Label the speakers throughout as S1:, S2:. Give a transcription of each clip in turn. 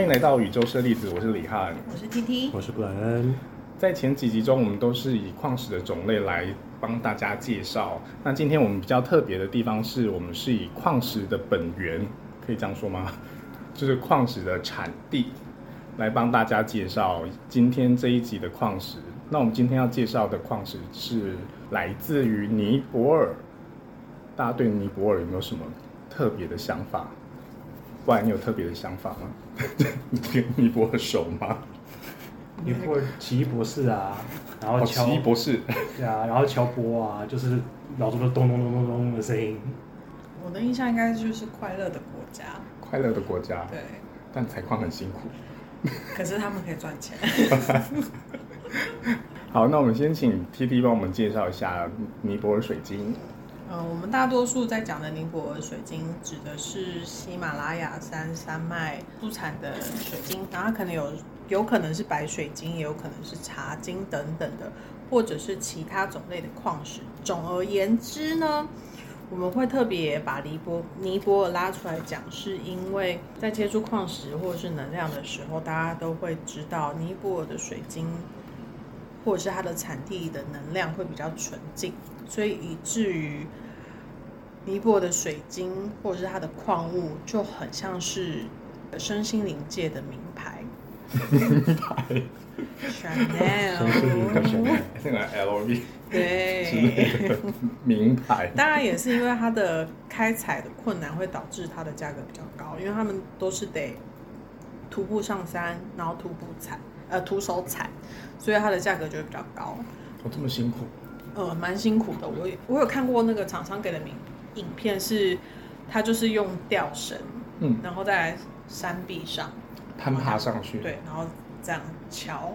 S1: 迎来到宇宙舍利子，我是李翰。
S2: 我是 T T，
S3: 我是布莱恩。
S1: 在前几集中，我们都是以矿石的种类来帮大家介绍。那今天我们比较特别的地方是，我们是以矿石的本源，可以这样说吗？ 就是矿石的产地，来帮大家介绍今天这一集的矿石。那我们今天要介绍的矿石是来自于尼泊尔。大家对尼泊尔有没有什么特别的想法？不然你有特别的想法吗？ 你跟尼泊尔熟吗？
S3: 尼泊尔奇异博士啊，然后
S1: 哦，
S3: 乔
S1: 奇异博士，
S3: 对啊，然后乔博啊，就是老钟的咚咚咚咚咚的声音。
S2: 我的印象应该就是快乐的国家，
S1: 快乐的国家，
S2: 对，
S1: 但采矿很辛苦。
S2: 可是他们可以赚钱。
S1: 好，那我们先请 T T 帮我们介绍一下尼泊尔水晶。
S2: 呃，我们大多数在讲的尼泊尔水晶，指的是喜马拉雅山山脉出产的水晶，然后它可能有有可能是白水晶，也有可能是茶晶等等的，或者是其他种类的矿石。总而言之呢，我们会特别把尼泊尼泊尔拉出来讲，是因为在接触矿石或者是能量的时候，大家都会知道尼泊尔的水晶或者是它的产地的能量会比较纯净，所以以至于尼泊尔的水晶或者是它的矿物就很像是身心灵界的名牌。名牌
S3: 身心灵的神
S2: ，Chanel，
S1: 那个 L V 之
S2: 嗯对。
S1: 类的名牌，
S2: 当然也是因为它的开采的困难，会导致它的价格比较高，因为他们都是得徒步上山，然后徒步采，呃，徒手采，所以它的价格就会比较高。
S1: 哦，这么辛苦，
S2: 呃，蛮辛苦的。我也我有看过那个厂商给的影影片是，他就是用吊绳，
S1: 嗯，
S2: 然后在山壁上，
S1: 攀爬上去。，
S2: 对，然后这样敲，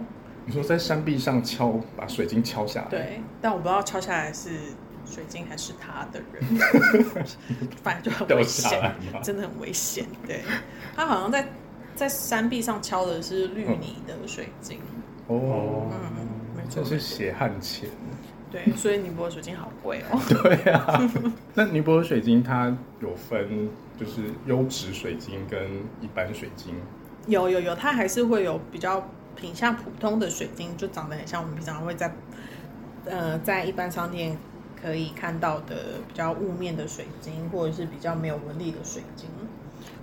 S1: 你说在山壁上敲，把水晶敲下来。，
S2: 对，但我不知道敲下来是水晶还是他的 人，反正就很
S1: 掉
S2: 危
S1: 下来
S2: 险，
S1: 吗？
S2: 真的很危险。对，他好像在在山壁上敲的是绿泥的水晶，
S1: 哦，
S2: 嗯，没错
S1: 这，是血汗钱。
S2: 对，所以尼泊尔水晶好贵哦。
S1: 对啊，那尼泊尔水晶它有分，就是优质水晶跟一般水晶。
S2: 有有有，它还是会有比较品相普通的水晶，就长得很像我们嗯平常会在呃在一般商店可以看到的比较雾面的水晶，或者是比较没有纹理的水晶，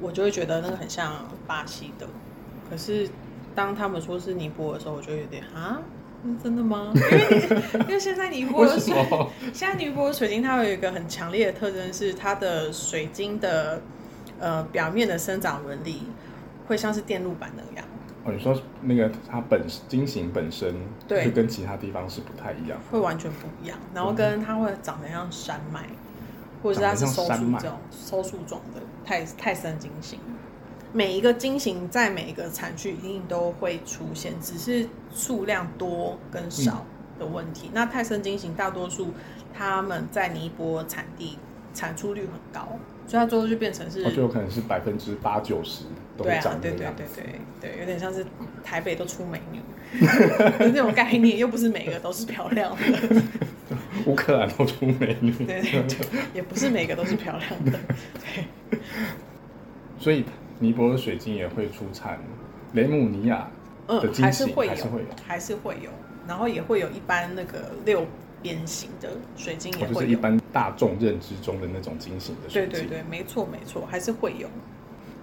S2: 我就会觉得那个很像巴西的。可是当他们说是尼泊尔的时候，我就有点啊。嗯真的吗？因为因为现在尼泊
S1: 为
S2: 尔
S1: 什
S2: 水，
S1: 么？
S2: 现在尼泊尔水晶它有一个很强烈的特征，是它的水晶的呃表面的生长纹理会像是电路板那样，
S1: 哦，你说那个它本晶型本身，
S2: 对
S1: 就跟其他地方是不太一样。
S2: 会完全不一样，然后跟它会长得像山脉，或者是它是收
S1: 长得像山
S2: 束
S1: 脉
S2: 这种收束状的泰泰森晶型。每一个晶型在每一个产区一定都会出现，只是数量多跟少的问题。那泰森晶型大多数他们在尼泊尔产地产出率很高，所以它最后就变成是
S1: 哦，就有可能是百分之八九十都
S2: 对
S1: 会
S2: 啊
S1: 长，那
S2: 对对
S1: 样。
S2: 对对对，有点像是台北都出美女 的那种概念，又不是每个都是漂亮的，
S1: 乌克兰都出美女，
S2: 对对对，也不是每个都是漂亮的，对，
S1: 所以尼泊尔水晶也会出产雷姆尼亚的
S2: 嗯，
S1: 惊
S2: 还是
S1: 喜
S2: 会有，
S1: 还是会有
S2: 还是会有，然后也会有一般那个六边形的水晶也
S1: 哦就
S2: 会
S1: 是
S2: 有，
S1: 一般大众认知中的那种晶型的水
S2: 对
S1: 晶。
S2: 对对，没错没错，还是会有，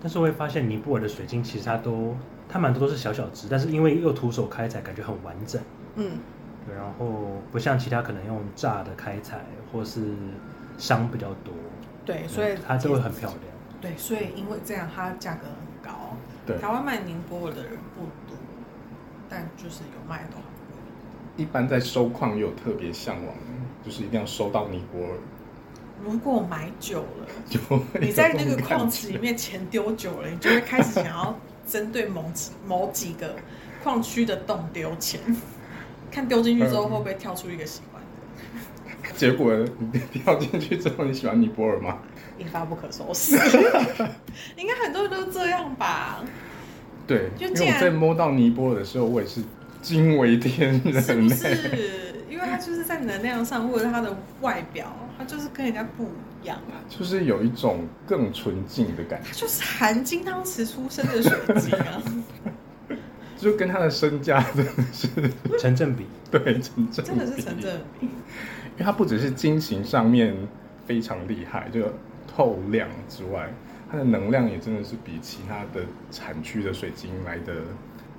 S3: 但是我会发现尼泊尔的水晶其实它都，它蛮多都是小小只，但是因为又徒手开采，感觉很完整。
S2: 嗯，
S3: 对然后不像其他可能用炸的开采或是伤比较多，
S2: 对，所以
S3: 嗯它都会很漂亮。
S2: 对，所以因为这样它价格很高，
S1: 对
S2: 台湾卖宁波的人不多，但就是有卖的都很贵。
S1: 一般在收矿也有特别向往，就是一定要收到尼泊尔，
S2: 如果买久了，
S1: 就 会
S2: 你在那
S1: 有这
S2: 个
S1: 种感
S2: 矿池
S1: 觉
S2: 里面钱丢久了，你就会开始想要针对某几某几个矿区的洞丢钱，看丢进去之后会不会跳出一个喜欢的，
S1: 结果你掉进去之后，你喜欢尼泊尔吗？
S2: 一发不可收拾。 应该很多人都这样吧？
S1: 对，
S2: 就
S1: 因
S2: 竟
S1: 为
S2: 然
S1: 我在摸到尼泊尔的时候，我也是惊为天人欸呢、
S2: 是不是？因为他就是在能量上，或者是他的外表，他就是跟人家不样，
S1: 就是有一种更纯净的感觉，
S2: 它就是含金汤匙出生的水晶 啊。
S1: 就跟他的身价真的是
S3: 成 正比。
S1: 对成正比，
S2: 真的是陈正比，
S1: 因为它不只是金型上面非常厉害，就透亮之外，它的能量也真的是比其他的产区的水晶来的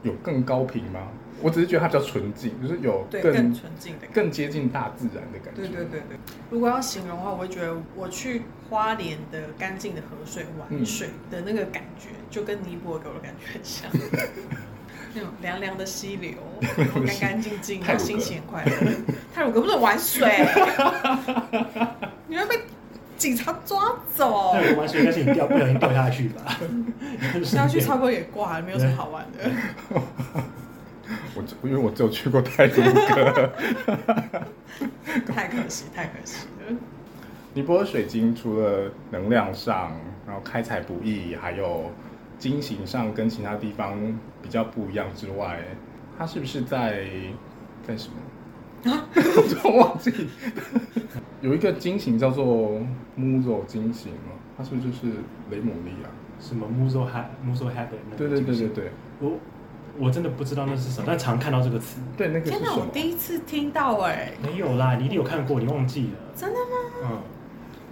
S1: 有更高频吗？我只是觉得它比较纯净，就是有
S2: 对，
S1: 更
S2: 更纯净的感觉。
S1: 更接近大自然的感觉。
S2: 对对对对，如果要形容的话，我会觉得我去花莲的干净的河水玩水的那个感觉，就跟尼泊尔给我的感觉很像，那种凉凉的溪流，然后干干净净，
S1: 泰
S2: 然
S1: 鲁
S2: 后
S1: 阁
S2: 心情很快乐。泰鲁格不能玩水，你会被警察抓走，
S3: 那我玩水，但是你掉不小心掉下去吧？
S2: 下去超过也挂了，没有什么好玩的。
S1: 我只 因为我只有去过泰鲁阁，
S2: 太可惜，太可惜了。
S1: 尼泊尔水晶除了能量上，然后开采不易，还有晶型上跟其他地方比较不一样之外，它是不是在在什么？
S2: 啊
S1: 我都忘记。有一个晶型叫做 Muzo 晶型嘛，它是不是就是雷姆利啊？
S3: 什么 muso h a muso habit？那
S1: 对
S3: 个
S1: 对对
S3: 精
S1: 对
S3: 神
S1: 对
S3: 我我真的不知道那是什么，但常看到这个词。
S1: 对，那个是
S2: 天
S1: 什
S2: 哪，我
S1: 么？
S2: 第一次听到哎、
S3: 没有啦，你一定有看过，你忘记了。
S2: 真的吗？
S3: 嗯，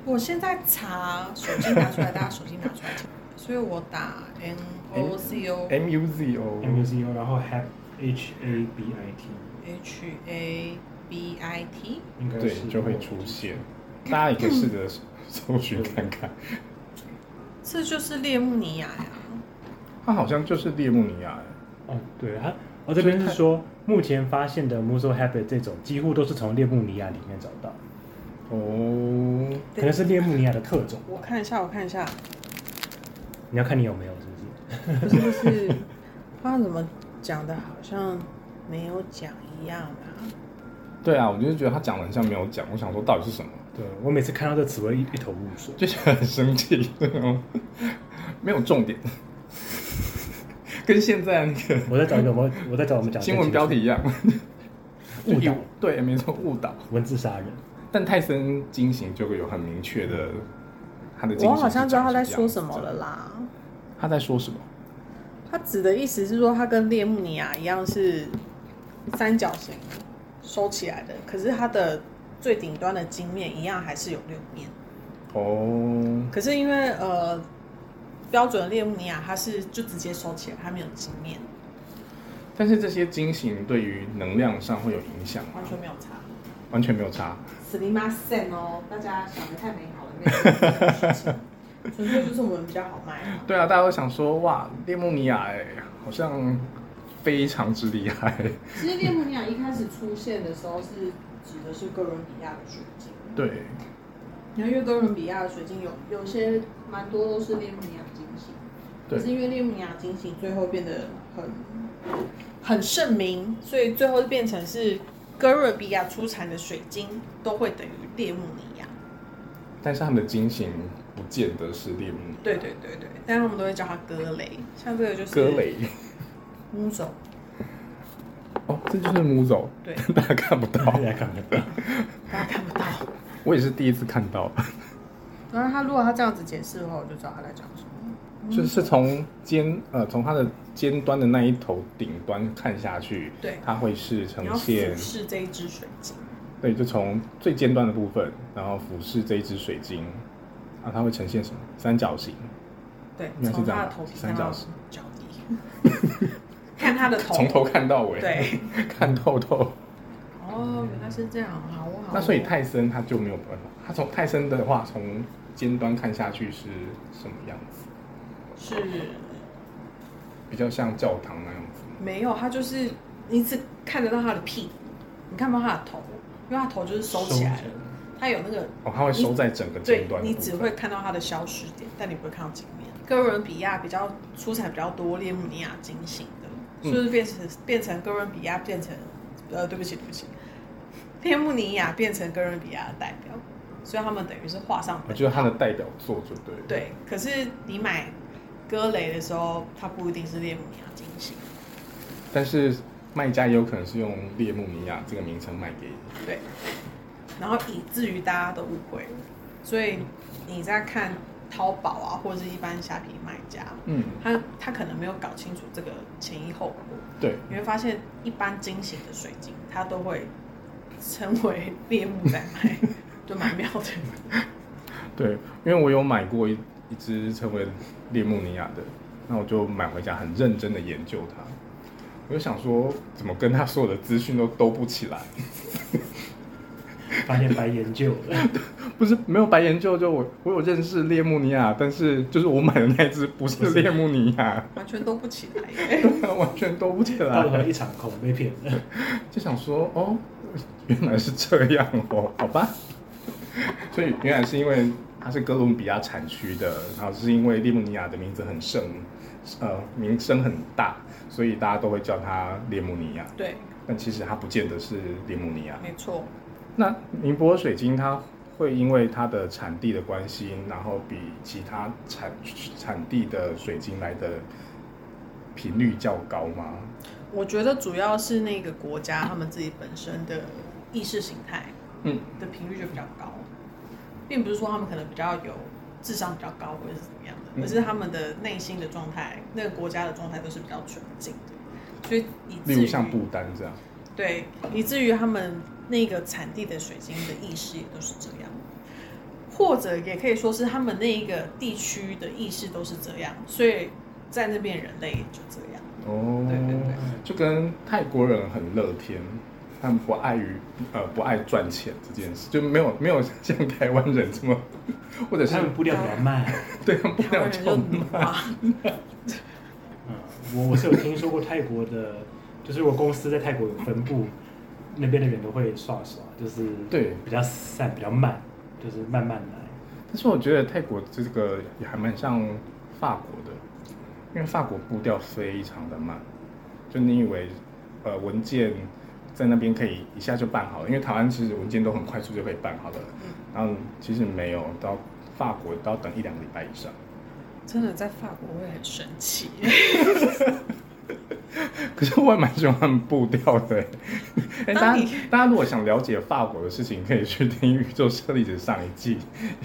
S2: 我现在查手机拿出来，大家手机拿出来，所以我打 N O C O
S1: M U Z O
S3: M U Z O，然后 hab H A B I T，
S2: H A B I T。
S3: 应该
S1: 对
S3: 是
S1: 就会出现，大家也可以试着搜寻看看。
S2: 这就是列穆尼亚呀、
S1: 它好像就是列穆尼亚欸，
S3: 哦，对它我这边
S1: 所以
S3: 是
S1: 它
S3: 说，目前发现的 muso habit 这种几乎都是从列布尼亚里面找到，
S1: 哦，
S3: 可能是列布尼亚的特种。
S2: 我看一下，我看一下，
S3: 你要看你有没有，是不是？
S2: 不是就是他怎么讲的，好像没有讲一样啊。
S1: 对啊，我就是觉得他讲的很像没有讲，我想说到底是什么，
S3: 对我每次看到这词，我一一头雾水。
S1: 就觉得很生气，那种没有重点， 跟现在那个
S3: 我在找一个，我我在找我们讲的
S1: 新闻标题一样，
S3: 误
S1: 就
S3: 导
S1: 有对，没错，误导。
S3: 文字杀人。
S1: 但泰森惊醒就会有很明确的他的，
S2: 我好像知道他在说什么了。啦。
S1: 他在说什么？
S2: 他指的意思是说，它跟列穆尼亚一样是三角形收起来的，可是它的最顶端的晶面一样还是有六面。
S1: 哦，
S2: 可是因为呃，标准的列穆尼亚它是就直接收起来，它没有晶面，
S1: 但是这些惊醒对于能量上会有影响吗
S2: 完？全没有差。
S1: 完全没有差。
S2: 死里马线哦，大家想的太美好了，那个事情纯粹就是我们比较好卖啊。
S1: 对啊，大家都想说哇，列穆尼亚哎、好像非常之厉害。
S2: 其实列穆尼亚一开始出现的时候是指的是哥伦比亚的水晶。
S1: 对，
S2: 然后因为哥伦比亚的水晶有有些蛮多都是列穆尼亚金星，
S1: 对
S2: 可是因为列穆尼亚金星最后变得很很盛名，所以最后就变成是哥伦比亚出产的水晶都会等于列穆尼亚。
S1: 但是他们的金型不见得是列穆尼
S2: 对对对对，但他们都会叫它格雷，像这个就是
S1: 格雷
S2: 乌手，
S1: 哦，这就是 Muzo，
S2: 对，
S1: 大家看不到
S3: 大，家看不到，
S2: 大家看不 到。
S1: 我也是第一次看到，
S2: 嗯然后他如果他这样子解释的话，我就知道他在讲什么。嗯
S1: 就是从尖呃从它的尖端的那一头顶端看下去，
S2: 对
S1: 它会是
S2: 你
S1: 呈
S2: 要俯
S1: 现，
S2: 视这一只水晶，
S1: 对，就从最尖端的部分，然后俯视这一只水晶，啊，它会呈现什么？三角形，
S2: 对，
S1: 原来是
S2: 从
S1: 这
S2: 他
S1: 样
S2: 的头皮
S1: 三
S2: 看
S1: 角
S2: 到
S1: 形
S2: 脚底， 看他的头，
S1: 从头看到尾，，
S2: 对。
S1: 看透透。
S2: 哦，原来是这样，好哦好哦。
S1: 那所以泰森他就没有办法，他从泰森的话，从尖端看下去是什么样子？
S2: 是
S1: 比较像教堂那样子吗。
S2: 没有，他就是你只看得到他的屁股，你看不到他的头，因为他头就是收起来了，他有那个
S1: 哦，它会收在整个尖
S2: 对
S1: 端，的
S2: 你
S1: 部
S2: 只
S1: 分
S2: 会看到它的消失点，但你不会看到镜面。哥伦比亚比较出产比较多列姆尼亚金型的，
S1: 嗯
S2: 就是变成变成哥伦比亚变成，呃，对不起对不起，列姆尼亚变成哥伦比亚的代表，所以他们等于是画上
S1: 我
S2: 等
S1: 觉得它的代表作就对了。，
S2: 对，可是你买歌雷的时候，它不一定是列姆尼亚金星。
S1: 但是卖家也有可能是用列穆尼亚这个名称卖给你。
S2: 对，然后以至于大家都误会了，所以你在看淘宝啊，或者是一般虾皮卖家，
S1: 嗯，
S2: 他他可能没有搞清楚这个前因后果。
S1: 对，
S2: 你会发现，一般金型的水晶，它都会成为猎物在 卖，就蛮妙的。
S1: 对，因为我有买过一一只成为列穆尼亚的，那我就买回家很认真的研究它。我就想说，怎么跟它所有的资讯都兜不起来？
S3: 发现白研究了，
S1: 不是没有白研究，就我我有认识列穆尼亚，但是就是我买的那只不是
S3: 不是
S1: 列穆尼亚，
S2: 完全兜不起来耶。
S1: 完全兜不起
S3: 到头
S1: 来
S3: 来。一场空被骗了。
S1: 就想说，哦，原来是这样哦，好吧。所以原来是因为它是哥伦比亚产区的，然后是因为利穆尼亚的名字很盛，呃，名声很大，所以大家都会叫它列穆尼亚。
S2: 对，
S1: 但其实它不见得是列穆尼亚。
S2: 没错。
S1: 那宁波水晶它会因为它的产地的关系，然后比其他产产地的水晶来的频率较高吗？
S2: 我觉得主要是那个国家他们自己本身的意识形态
S1: 嗯，
S2: 的频率就比较高，并不是说他们可能比较有智商比较高或者是怎么样的，
S1: 嗯
S2: 而是他们的内心的状态，那个国家的状态都是比较纯净的，所以以
S1: 例
S2: 至
S1: 如
S2: 于
S1: 像不丹这样。
S2: 对，以至于他们那个产地的水晶的意识也都是这样，或者也可以说是他们那一个地区的意识都是这样，所以在那边人类也就这 样。
S1: 哦，
S2: 对对对
S1: 就跟泰国人很乐天，他们不碍于呃不爱赚钱这件事，就没有没有像台湾人这么， 或者是
S3: 他们布料比较慢，
S1: 对他们不
S2: 嗯台
S1: 了
S2: 湾人就
S1: 就
S2: 奴啊，
S3: 嗯，我我是有听说过泰国的， 就是我公司在泰国有分部，那边的人都会刷刷，就是
S1: 对
S3: 比较散，比较慢，就是慢慢来。
S1: 但是我觉得泰国这个也还蛮像法国的，因为法国步调非常的慢，就你以为呃文件在那边可以一下就办好了，因为台湾其实文件都很快速就可以办好了，
S2: 嗯
S1: 然后其实没有到法国都要等一两个礼拜以上。
S2: 真的在法国会很生气。
S1: 可是我也蛮喜欢他们步调的 欸。哎、大家
S2: 当你
S1: 大家如果想了解法国的事情，可以去听《宇宙车厘子》上一季，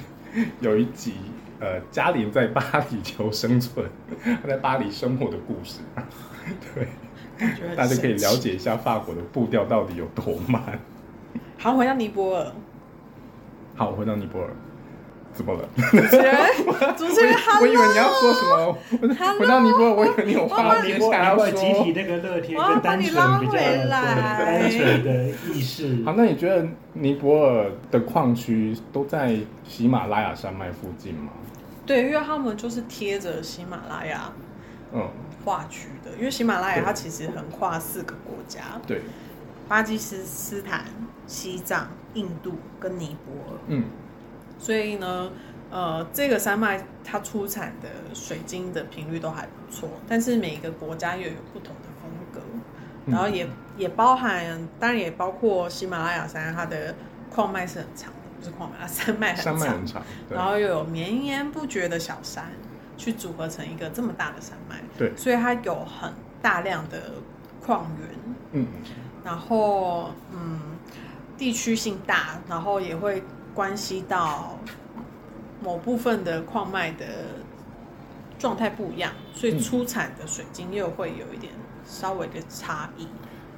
S1: 有一集呃，嘉玲在巴黎求生存，她在巴黎生活的故事。对，
S2: 感觉很
S1: 大家可以
S2: 神奇
S1: 了解一下法国的步调到底有多慢。
S2: 好，回到尼泊尔，
S1: 好，回到尼泊尔，怎么了？
S2: 主持人，主持人
S1: 我以为你
S2: ，Hello，
S1: 要说什么？我回到尼泊尔，我以为你有话
S3: 尼
S1: 接
S3: 泊
S1: 下来要
S3: 尼泊尔集
S1: 说。
S3: 体那个乐天
S2: 我要
S3: 跟
S2: 把
S3: 单
S2: 你
S3: 纯
S2: 拉
S3: 比较
S2: 回
S3: 对
S2: 来
S3: 单纯的意识
S1: 好，那你觉得尼泊尔的矿区都在喜马拉雅山脉附近吗？
S2: 对，因为他们就是贴着喜马拉雅
S1: 嗯，
S2: 跨区的，因为喜马拉雅
S1: 对
S2: 它其实横跨四个国家，
S1: 对，
S2: 巴基斯斯坦、西藏、印度跟尼泊尔，
S1: 嗯，
S2: 所以呢，呃，这个山脉它出产的水晶的频率都还不错，但是每个国家又有不同的风格，
S1: 嗯
S2: 然后也、也包含，当然也包括喜马拉雅山，它的矿脉是很长的，不是矿脉，它山脉哎很
S1: 山
S2: 长，
S1: 脉很长，对
S2: 然，后又有绵延不绝的小山，去组合成一个这么大的山脉，
S1: 对
S2: 所以它有很大量的矿源，
S1: 嗯，
S2: 然后嗯，地区性大，然后也会关系到某部分的矿脉的状态不一样，所以
S1: 嗯
S2: 出产的水晶又会有一点稍微的差异。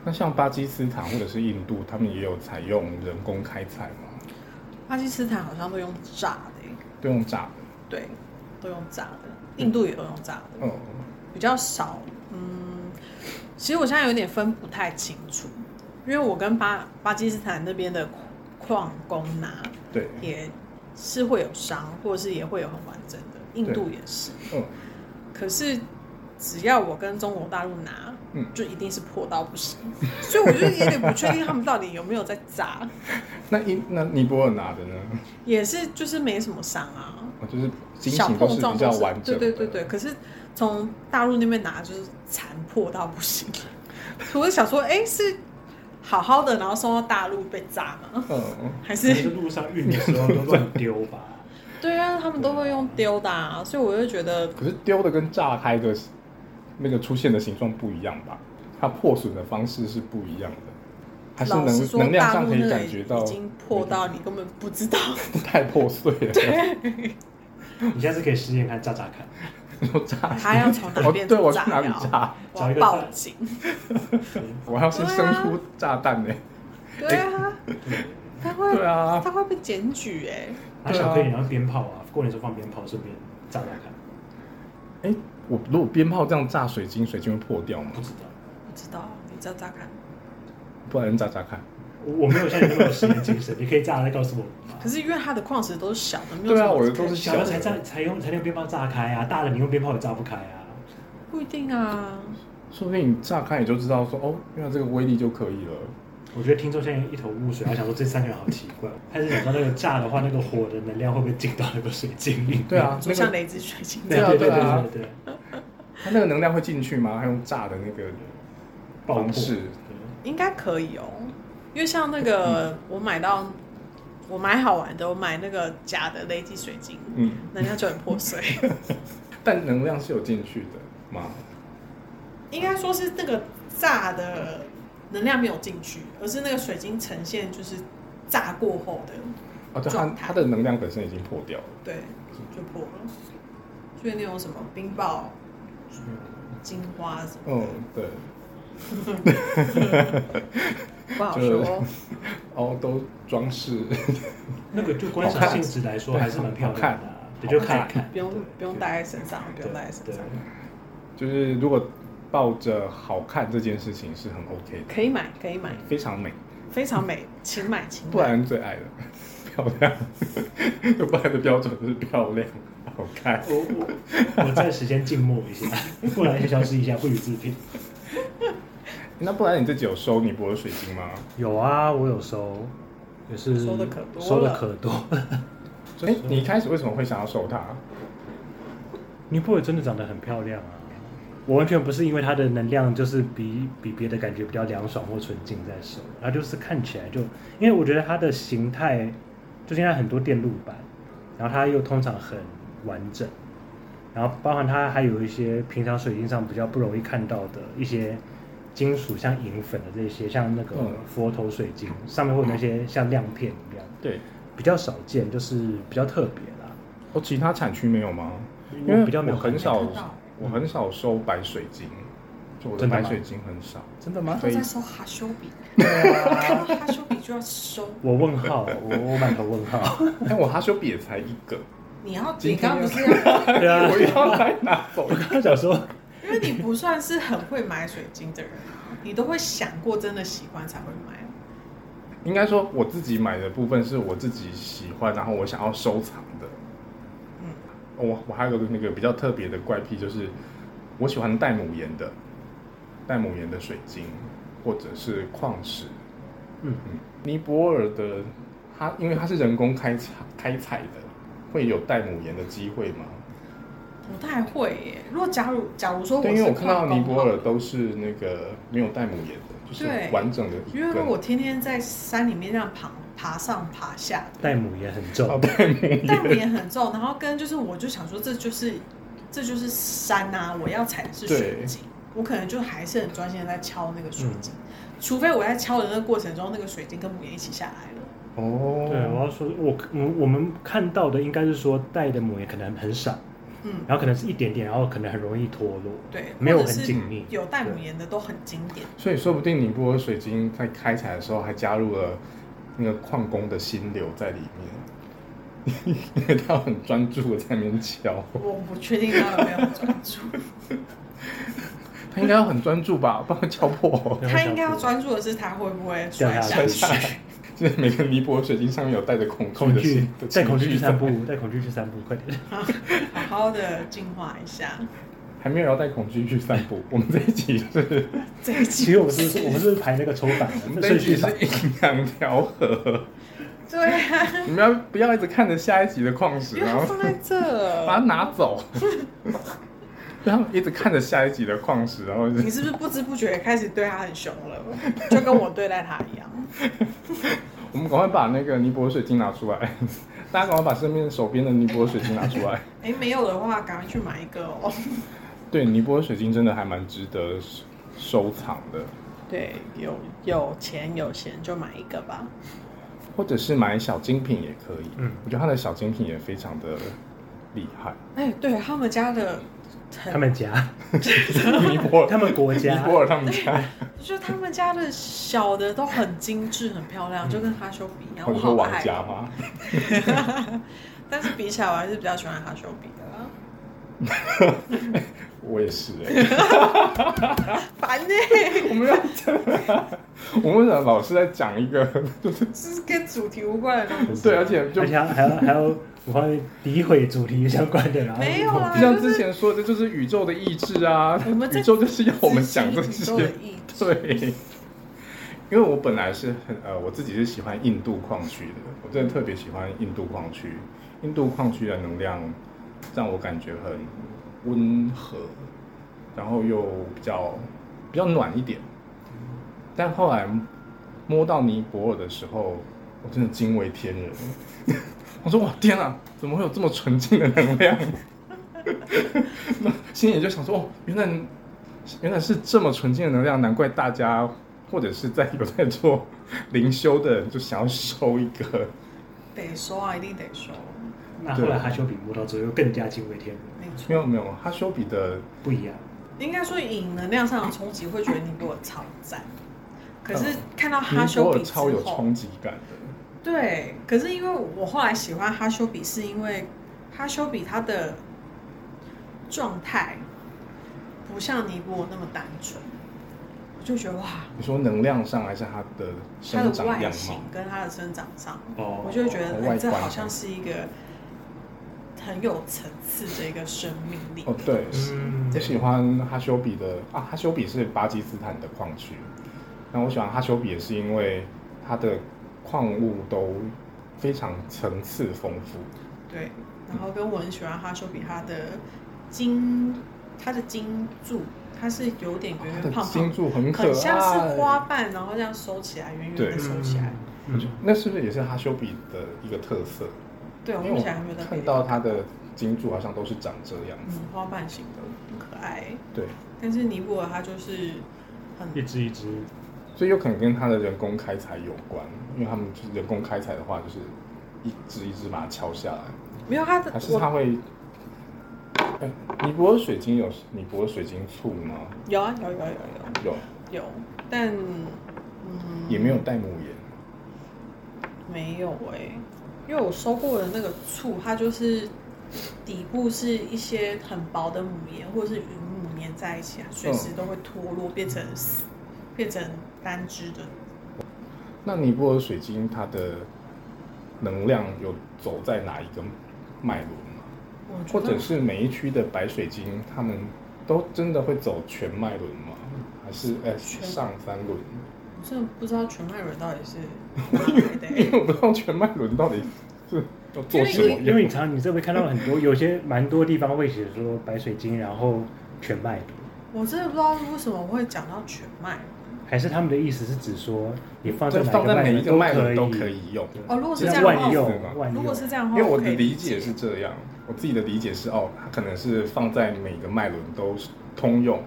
S1: 那像巴基斯坦或者是印度，他们也有采用人工开采吗？
S2: 巴基斯坦好像都用炸的耶、
S1: 都用炸的，
S2: 对，都用炸的，印度也都用炸的，
S1: 嗯，
S2: 比较少。嗯，其实我现在有点分不太清楚，因为我跟巴巴基斯坦那边的矿工啊拿，
S1: 对，
S2: 也是会有伤，或者是也会有很完整的。印度也是，
S1: 嗯，
S2: 可是只要我跟中国大陆拿，
S1: 嗯
S2: 就一定是破到不行。 所以我就有点不确定他们到底有没有在砸，
S1: 那印那尼泊尔拿的呢？
S2: 也是就是没什么伤啊，
S1: 哦就是晶
S2: 小
S1: 型都
S2: 碰
S1: 是
S2: 撞
S1: 比
S2: 都
S1: 较
S2: 是
S1: 完整
S2: 对
S1: 的，
S2: 对对对，可是从大陆那边拿就是残破到不行， 所以我就想说，哎、是好好的，然后送到大陆被炸吗？
S1: 嗯，
S2: 还
S3: 可
S2: 是
S3: 能是路上运的时候都乱丢 吧。
S2: 对啊，他们都会用丢的、啊，所以我就觉得
S1: 可是丢的跟炸开的那个出现的形状不一样吧？它破损的方式是不一样的。还是
S2: 老实
S1: 能
S2: 说，
S1: 能量
S2: 大
S1: 上
S2: 陆
S1: 可以
S2: 那
S1: 感
S2: 里
S1: 觉到
S2: 已经破到你根本不 知道。
S1: 太破碎 了，
S3: 你下次可以试验看炸炸看，
S1: 就炸
S2: 他要从哪
S1: 哦
S2: 边
S1: 对我去
S2: 炸
S1: 哪里
S2: 药？
S1: 炸？
S2: 我要报警。
S1: 我要先生出炸弹呢、
S2: 对啊，他会
S1: 哎对啊，
S2: 他会被检举哎、
S3: 拿巧克力然后鞭炮啊，过年时候放鞭炮，顺便炸炸看，
S1: 哎、我如果鞭炮这样炸水晶，水晶会破掉吗
S3: 不？知道，
S2: 不知道，你知道咋看？
S1: 不然炸炸看。
S3: 我我没有像你那么有实验精神，你可以炸了再告诉我们吗
S2: 可？是因为它的矿石都是小的，没有
S1: 对啊
S2: 什么
S1: 我的都是
S3: 小的才炸，才用才用鞭炮炸开啊，大的你用鞭炮也炸不开啊。
S2: 不一定啊。
S1: 说不定你炸开你就知道说哦，原来这个威力就可以了。
S3: 我觉得听众现在一头雾水，他想说这三个人好奇怪，开始想到那个炸的话，那个火的能量会不会进到那个水晶里面？
S1: 对啊，
S2: 就
S1: 那
S2: 像
S1: 个
S2: 雷之水晶这
S3: 对
S2: 样，
S1: 啊
S3: 对
S1: 对
S3: 对
S1: 啊
S3: 对对对，
S1: 它那个能量会进去吗？它用炸的那个
S3: 爆破
S1: 方式，
S2: 应该可以哦。因为像 那个我买到，我买好玩的，我买那个假的雷击水晶，
S1: 嗯，
S2: 能量就很破碎。
S1: 但能量是有进去的吗？
S2: 应该说是那个炸的能量没有进去，而是那个水晶呈现就是炸过后的，
S1: 啊，对，它
S2: 状态
S1: 它的能量本身已经破掉了。
S2: 对，就破了。所以那种什么冰雹、金花什么
S1: 嗯，对，
S2: 不好
S1: 就是
S2: 说。
S1: 哦，都装饰，
S3: 那个就观赏性质来说还是蛮漂亮的啊，
S1: 好看
S3: 对，就看一看，
S2: 不用不用带在身上，不用带在身
S3: 对
S2: 上，，
S1: 就是如果抱着好看这件事情是很 OK
S2: 可以买，可以买
S1: 的，，非常美，
S2: 非常美，请买，请
S1: 不
S2: 买。
S1: 然最爱的 漂亮， 就不然的标准是漂亮、好看。
S3: 我我我暂时先静默一下， 不然就消失一下，不予置评。
S1: 那不然你自己有收尼泊尔水晶吗？
S3: 有啊，我有收，也是
S2: 收得可多了
S3: 收的可多。
S1: 哎、你一开始为什么会想要收它？
S3: 尼泊尔真的长得很漂亮啊！我完全不是因为它的能量就是比比别的感觉比较凉爽或纯净在手，它就是看起来就，因为我觉得它的形态，就现在很多电路板，然后它又通常很完整，然后包含它还有一些平常水晶上比较不容易看到的一些金属，像银粉的这些，像那个
S1: 嗯
S3: 佛头水晶上面会有那些像亮片一样，
S1: 对，
S3: 比较少见，就是比较特别啦。
S1: 哦，其他产区没有吗？因
S3: 我
S1: 为
S3: 比较没有
S1: 我很
S3: 看
S1: 少
S2: 看到，
S1: 我很少收白水晶，就我的
S3: 真的
S1: 白
S3: 吗
S1: 水晶很少。
S3: 真的吗
S1: 可
S2: 都
S1: 以
S2: 在收哈修比，
S3: 对啊。
S2: 哈修比就要收。
S3: 我问号，我我满头问号。
S1: 但哎我哈修比也才一 个，
S2: 你要，
S1: 今
S2: 你
S1: 天
S2: 刚
S1: 要
S2: 刚不是要，
S3: 对啊，
S1: 我要来拿走
S3: 我。刚刚想说，
S2: 因为你不算是很会买水晶的人啊，你都会想过真的喜欢才会买。
S1: 应该说我自己买的部分是我自己喜欢，然后我想要收藏的。
S2: 嗯，
S1: 我我还有个那个比较特别的怪癖，就是我喜欢带母岩的，带母岩的水晶或者是矿石。
S3: 嗯，
S1: 尼泊尔的它，因为它是人工开采开采的，会有带母岩的机会吗？
S2: 不太会耶。如果假如假如说我
S1: 对，因为
S2: 是
S1: 我看到
S2: 矿工
S1: 尼泊
S2: 好
S1: 尔
S2: 了，
S1: 都是那个没有带母岩的，就是
S2: 对
S1: 完整的一
S2: 因为
S1: 根。
S2: 如果我天天在山里面这样爬爬上爬下的，
S3: 戴姆也很
S1: 哦，
S3: 重，
S1: 带母
S2: 但
S1: 岩，
S2: 也很重，然后跟就是我就想说这就是这就是山呐、我要采的是水晶，我可能就还是很专心的在敲那个水晶，
S1: 嗯
S2: 除非我在敲的那个过程中，那个水晶跟母岩一起下来了。
S1: 哦，
S3: 对，我要说，我我我们看到的应该是说戴的母也可能很少，
S2: 嗯，
S3: 然后可能是一点点，然后可能很容易脱落，
S2: 对，
S3: 没有
S2: 或
S3: 很
S2: 者是
S3: 紧密。
S2: 有带母岩的都很经典，
S1: 所以说不定尼泊尔水晶在开采的时候还加入了那个矿工的心流在里面， 因为他很专注的在那边敲，
S2: 我不确定他有没有专 注，
S1: 他应该要很专注吧，不然会敲破。
S3: 对啊
S2: 他应该要专注的是他会不会
S1: 啊
S2: 摔下
S3: 掉
S2: 去
S3: 下。
S1: 就是每个尼泊尔水晶上面有带着恐惧
S3: 恐
S1: 的
S3: 惧
S1: 心，的
S3: 带恐惧
S1: 情
S3: 去
S1: 绪
S3: 散
S1: 在
S3: 步，带恐惧去散步，快点！
S2: 好好的净化一下。
S1: 还没有要带恐惧去散步。我们这一集 是，
S2: 这一
S3: 其
S2: 集
S3: 实我们是，我们是排那个抽反
S1: 我 们
S3: 的
S1: 这一
S3: 顺
S1: 集
S3: 序反
S1: 是，阴阳调和。
S2: 对啊，
S1: 你们要不要一直看着下一集的矿石，
S2: 因为
S1: 然
S2: 它
S1: 后
S2: 放在
S1: 把它
S2: 这，
S1: 拿走？ 然后一直看着下一集的矿石，然后就
S2: 你是不是不知不觉开始对他很凶了？就跟我对待他一样。
S1: 我们赶快把那个尼泊尔水晶拿出来， 大家赶快把身边手边的尼泊尔水晶拿出 来。
S2: 哎，没有的话，赶快去买一个哦。
S1: 对，尼泊尔水晶真的还蛮值得收藏的。
S2: 对，有有钱有闲就买一个吧。
S1: 或者是买小精品也可以。
S3: 嗯
S1: 我觉得他的小精品也非常的厉 害。
S2: 哎，对他们家的很，
S3: 他们家，
S1: 尼泊
S3: 他
S1: 尔，
S3: 们国
S1: 尼
S3: 家，
S1: 泊尔他们 家，
S2: 我觉得他们家的小的都很精致、很漂亮，就跟哈修比一
S1: 嗯
S2: 样，
S1: 或
S2: 我
S1: 者说
S2: 好
S1: 王
S2: 爱。
S1: 家
S3: 哦
S1: 吗？
S2: 但是比起来，我还是比较喜欢哈修比的啦。
S1: 我也是、欸。
S2: 烦呢、
S1: 我们要真的，我们为什么老是在讲一个？就是
S2: 这是跟主题无关的 东
S3: 啊
S2: 西。
S1: 对，而且就
S3: 而且还要还要我方面诋毁主题相关的，然后
S2: 没有啊啦
S1: 就像之前说的，这就是宇宙的意志啊
S2: 我们，在
S1: 宇宙就是要我们讲这
S2: 自己宇宙的
S1: 些。
S2: 意义
S1: 对，因为我本来是很呃，我自己是喜欢印度矿区的，我真的特别喜欢印度矿区。印度矿区的能量让我感觉很温和，然后又比较比较暖一点。但后来摸到尼泊尔的时候，我真的惊为天人。 我说哇天啊，怎么会有这么纯净的能量？ 那心里就想说，哦，原来原来是这么纯净的能量，难怪大家或者是在有在做灵修的人就想要收一个。
S2: 得收啊，一定得收，
S3: 那后来哈丘比摸到最后更加惊为天人，
S2: 没错。
S1: 没有没有，哈修比的
S3: 不一样。
S2: 应该说以能量上的冲击，会觉得你比我超赞。可是
S1: 嗯
S2: 看到啊哈
S1: 尼
S2: 修
S1: 泊
S2: 比
S1: 尔
S2: 之
S1: 超有
S2: 后，
S1: 冲击感的，
S2: 对，可是因为我后来喜欢哈修比，是因为哈修比他的状态不像尼泊尔那么单纯，我就觉得哇，
S1: 你说能量上还是它的
S2: 他
S1: 生
S2: 的
S1: 长
S2: 外
S1: 样
S2: 形
S1: 貌？
S2: 跟他的生长上，
S3: 哦
S2: 我就会觉得
S1: 哦外
S2: 哎，这
S1: 观
S2: 好像是一个很有层次的一个生命力。
S1: 哦，对，
S3: 嗯
S1: 我喜欢哈修比的啊，哈修比是巴基斯坦的矿区，那我喜欢哈修比也是因为它的矿物都非常层次丰富。
S2: 对，然后跟我很喜欢哈修比他的金，他的金柱，它是有点圆
S1: 它
S2: 圆
S1: 的
S2: 胖
S1: 金
S2: 胖，
S1: 柱很可爱，
S2: 哎很像是花瓣，然后这样收起来，圆圆
S1: 对
S2: 的收起来。
S3: 嗯，嗯
S1: 那是不是也是哈修比的一个特色？
S2: 对，我
S1: 因为
S2: 目前还没有
S1: 我
S2: 在
S1: 看到它的金柱好像都是长这样
S2: 嗯
S1: 子。
S2: 花瓣型的，很可爱。
S1: 对，
S2: 但是尼泊尔它就是
S3: 一
S2: 很
S3: 只一只，
S1: 所以有可能跟它的人工开采有关，因为他们就是人工开采的话，就是一只一只把它敲下来，
S2: 没有它的
S1: 还是它
S2: 我
S1: 会？哎，尼泊尔水晶有尼泊尔水晶醋吗？
S2: 有啊有有有有
S1: 有，
S2: 有，但嗯
S1: 也没有带母岩。
S2: 没有哎、因为我收过的那个醋，它就是底部是一些很薄的母岩或者是云母粘在一起啊，随时都会脱落，变成丝变成单支的。
S1: 那尼泊尔水晶它的能量有走在哪一个脉轮吗？
S2: 我觉
S1: 或
S2: 得
S1: 者是每一区的白水晶，他们都真的会走全脉轮吗？还是呃
S2: 全
S1: 上三轮？
S2: 我真的不知道全麦人到底是哪来的、
S1: 因
S2: 欸。
S1: 为我不知道全脉轮到底是要做什么
S3: 因为你
S1: 用。
S3: 常你这边看到很多， 有些蛮多地方会写说白水晶，然后全麦的，
S2: 我真的不知道为什么会讲到全麦
S3: 还是他们的意思是指说你放在
S1: 就
S3: 哪
S1: 放在每一
S3: 一
S1: 个
S3: 个
S1: 脉
S3: 麦
S1: 轮
S3: 轮
S1: 都
S3: 可
S1: 可
S3: 以。
S1: 以用。
S2: 哦。如果是
S3: 这
S2: 这样的
S3: 样万
S2: 话，
S1: 用
S2: 我
S3: 用，万
S2: 如
S3: 用
S2: 果。是这样的
S1: 因
S2: 话，
S1: 为我
S2: 可
S1: 的
S2: 以
S1: 理解是这样，我自己的理解是哦，它可能是放在每个脉轮都是通用，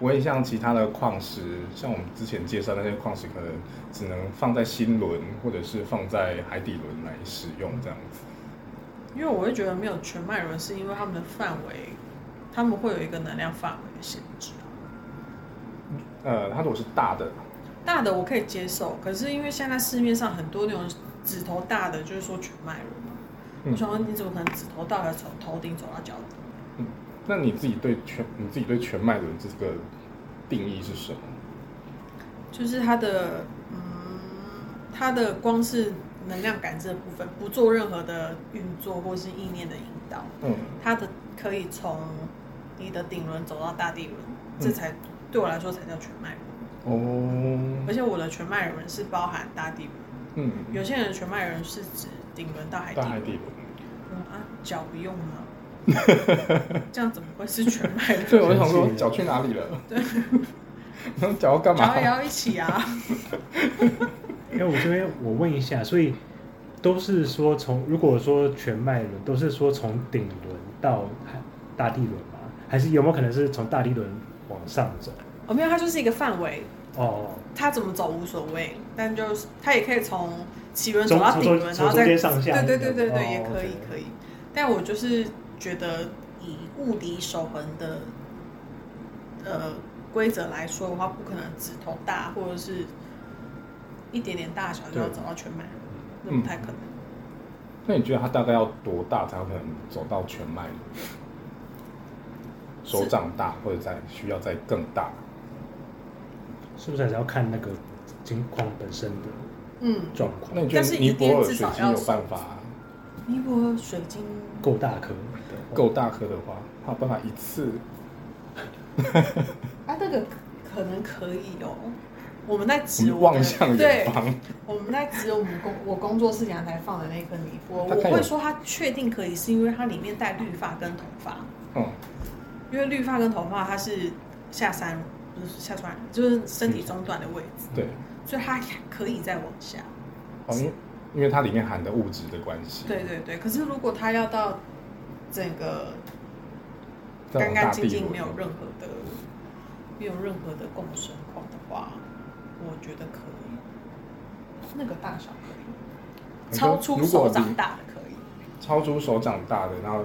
S1: 不会像其他的矿石，像我们之前介绍那些矿石，可能只能放在心轮或者是放在海底轮来使用这样子。
S2: 因为我会觉得没有全麦人，是因为他们的范围，他们会有一个能量范围的限制啊。
S1: 呃，它如果是大的，
S2: 大的我可以接受，可是因为现在市面上很多那种指头大的，就是说全麦人嘛。
S1: 嗯
S2: 我想问你怎么可能指头大的从头顶走到脚底？
S1: 那你自己对全你自己对全脉轮这个定义是什么？
S2: 就是它的嗯，它的光是能量感知的部分，不做任何的运作或是意念的引导，
S1: 嗯，
S2: 它的可以从你的顶轮走到大地轮，
S1: 嗯
S2: 这才、对我来说才叫全麦人。而
S1: 哦，
S2: 且我的全麦人是包含大地轮，
S1: 嗯，
S2: 有些人的全麦人是指顶轮到海底
S1: 大
S2: 轮
S1: 海底轮。
S2: 嗯啊，脚不用吗？ 这样怎么会是全麦的？
S1: 对，我就想 说脚去哪里了？对，然后脚要干嘛
S2: 脚？也要一起啊？
S3: 因为我这边我问一下，所以都是说从如果说全脉轮都是说从顶轮到大地轮吗？还是有没有可能是从大地轮往上走？
S2: 哦，没有，它就是一个范围，
S3: 哦，
S2: 它怎么走无所谓，但就是它也可以从起轮走
S3: 从
S2: 到
S3: 从
S2: 顶轮，
S3: 从
S2: 然
S3: 从
S2: 后再
S3: 中间上下，
S2: 对对对对对，
S3: 哦
S2: 也可以
S3: OK
S2: 可以。但我就是觉得以物理守恒的呃规则来说的话，不可能指头大或者是一点点大小就要
S3: 对嗯
S2: 走到全满，那不太可能。
S1: 那你觉得它大概要多大才有可能走到全麦？手掌大，或者再需要再更大？
S3: 是不是还是要看那个金矿本身的
S2: 嗯，
S3: 状况？
S1: 那你觉
S2: 但
S1: 得
S2: 是一
S1: 尼
S2: 定
S1: 泊尔
S2: 至
S1: 水
S2: 少
S1: 晶
S2: 要
S1: 有
S2: 手
S1: 办法
S2: 尼泊尔水晶
S3: 够大颗，
S1: 够大颗的话，它有办法一次？
S2: 啊，那个可能可以哦。我们在
S1: 我
S2: 指
S1: 们
S2: 我
S1: 望
S2: 们
S1: 向
S2: 对
S1: 远方，
S2: 我们在指我们工我工作室阳台放的那颗尼泊尔，
S1: 它
S2: 我
S1: 看有
S2: 会说它确定可以，是因为它里面带绿发跟头发，
S1: 嗯，
S2: 因为绿发跟头发它是下山，不是下山，就是身体中段的位置，
S1: 对，
S2: 所以它可以再往下。
S1: 哦，因为因为它里面含的物质的关系，
S2: 对，对对，可是如果它要到整个
S1: 这
S2: 干
S1: 种大
S2: 干净
S1: 地
S2: 净，
S1: 轮
S2: 没有任何的没有任何的共生况的话，我觉得可以，那个大小可以，
S1: 你说
S2: 超出
S1: 如果
S2: 手
S1: 你
S2: 掌大的可以。
S1: 超出手掌大的，然后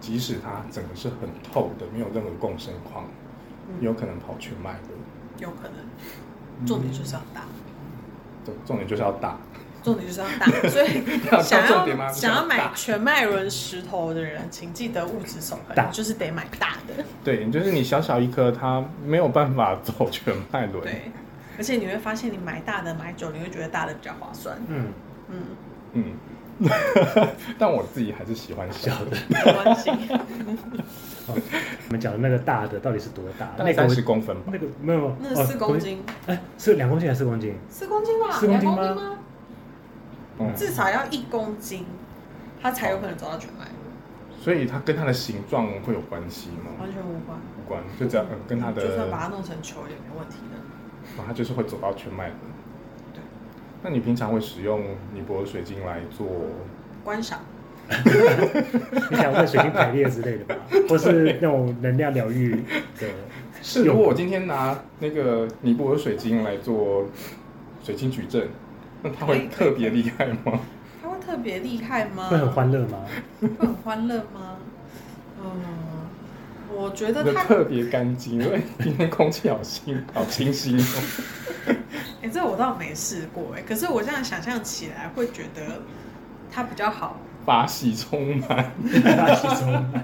S1: 即使它整个是很透的，没有任何共生框，
S2: 嗯
S1: 也有可能跑全麦的。
S2: 有可能。重点就是要大，
S1: 重重点就是要大，
S2: 重点就是要大， 所以
S1: 要
S2: 想
S1: 重点吗
S2: 要
S1: 是要
S2: 想
S1: 大
S2: 要买全麦轮石头的人，请记得物质守恒，
S3: 大
S2: 你就是得买大的，
S1: 对，就是你小小一颗，它没有办法走全麦轮。
S2: 对。而且你会发现，你买大的买久，你会觉得大的比较划算。
S3: 嗯，
S2: 嗯，
S1: 嗯，但我自己还是喜欢小
S3: 小的
S1: 的，。
S2: 没关系。
S3: 我们讲的那个大的到底是多大？
S1: 大
S3: 那
S1: 概
S3: 个
S1: 三十公分吧。
S3: 那个没有没有，
S2: 那
S3: 哦
S2: 是四公，斤，
S3: 国哎，是两公斤还是四公斤？
S2: 四公斤吧，
S3: 四公
S2: 两
S3: 斤
S2: 公
S3: 吗
S2: 斤吗？
S1: 嗯，
S2: 至少要一公斤，它才有可能走到全麦，
S1: 所以它跟它的形状会有关系吗？
S2: 完全无关。
S1: 无关，就只要、嗯、跟它的，
S2: 就算把它弄成球也没问题的。
S1: 哦它就是会走到全麦轮。
S2: 对，
S1: 那你平常会使用尼泊尔水晶来做？
S2: 观赏，
S3: 你想问水晶排列之类 的吧，或是那种能量疗愈的
S1: 是，
S3: 用
S1: 如果我今天拿那个尼泊尔水晶来做水晶矩阵，那它
S2: 可以
S1: 会
S2: 可以
S1: 特别厉害吗？
S2: 它会特别厉害吗？
S3: 会很欢乐 吗？
S2: 会很欢乐吗？嗯，我觉得
S1: 就
S2: 它，哎、
S1: 特别干净， 因为今天空气好新，好清新哦。
S2: 这我倒没试过哎、可是我这样想象起来，会觉得它比较好，
S1: 法喜充满。
S3: 其中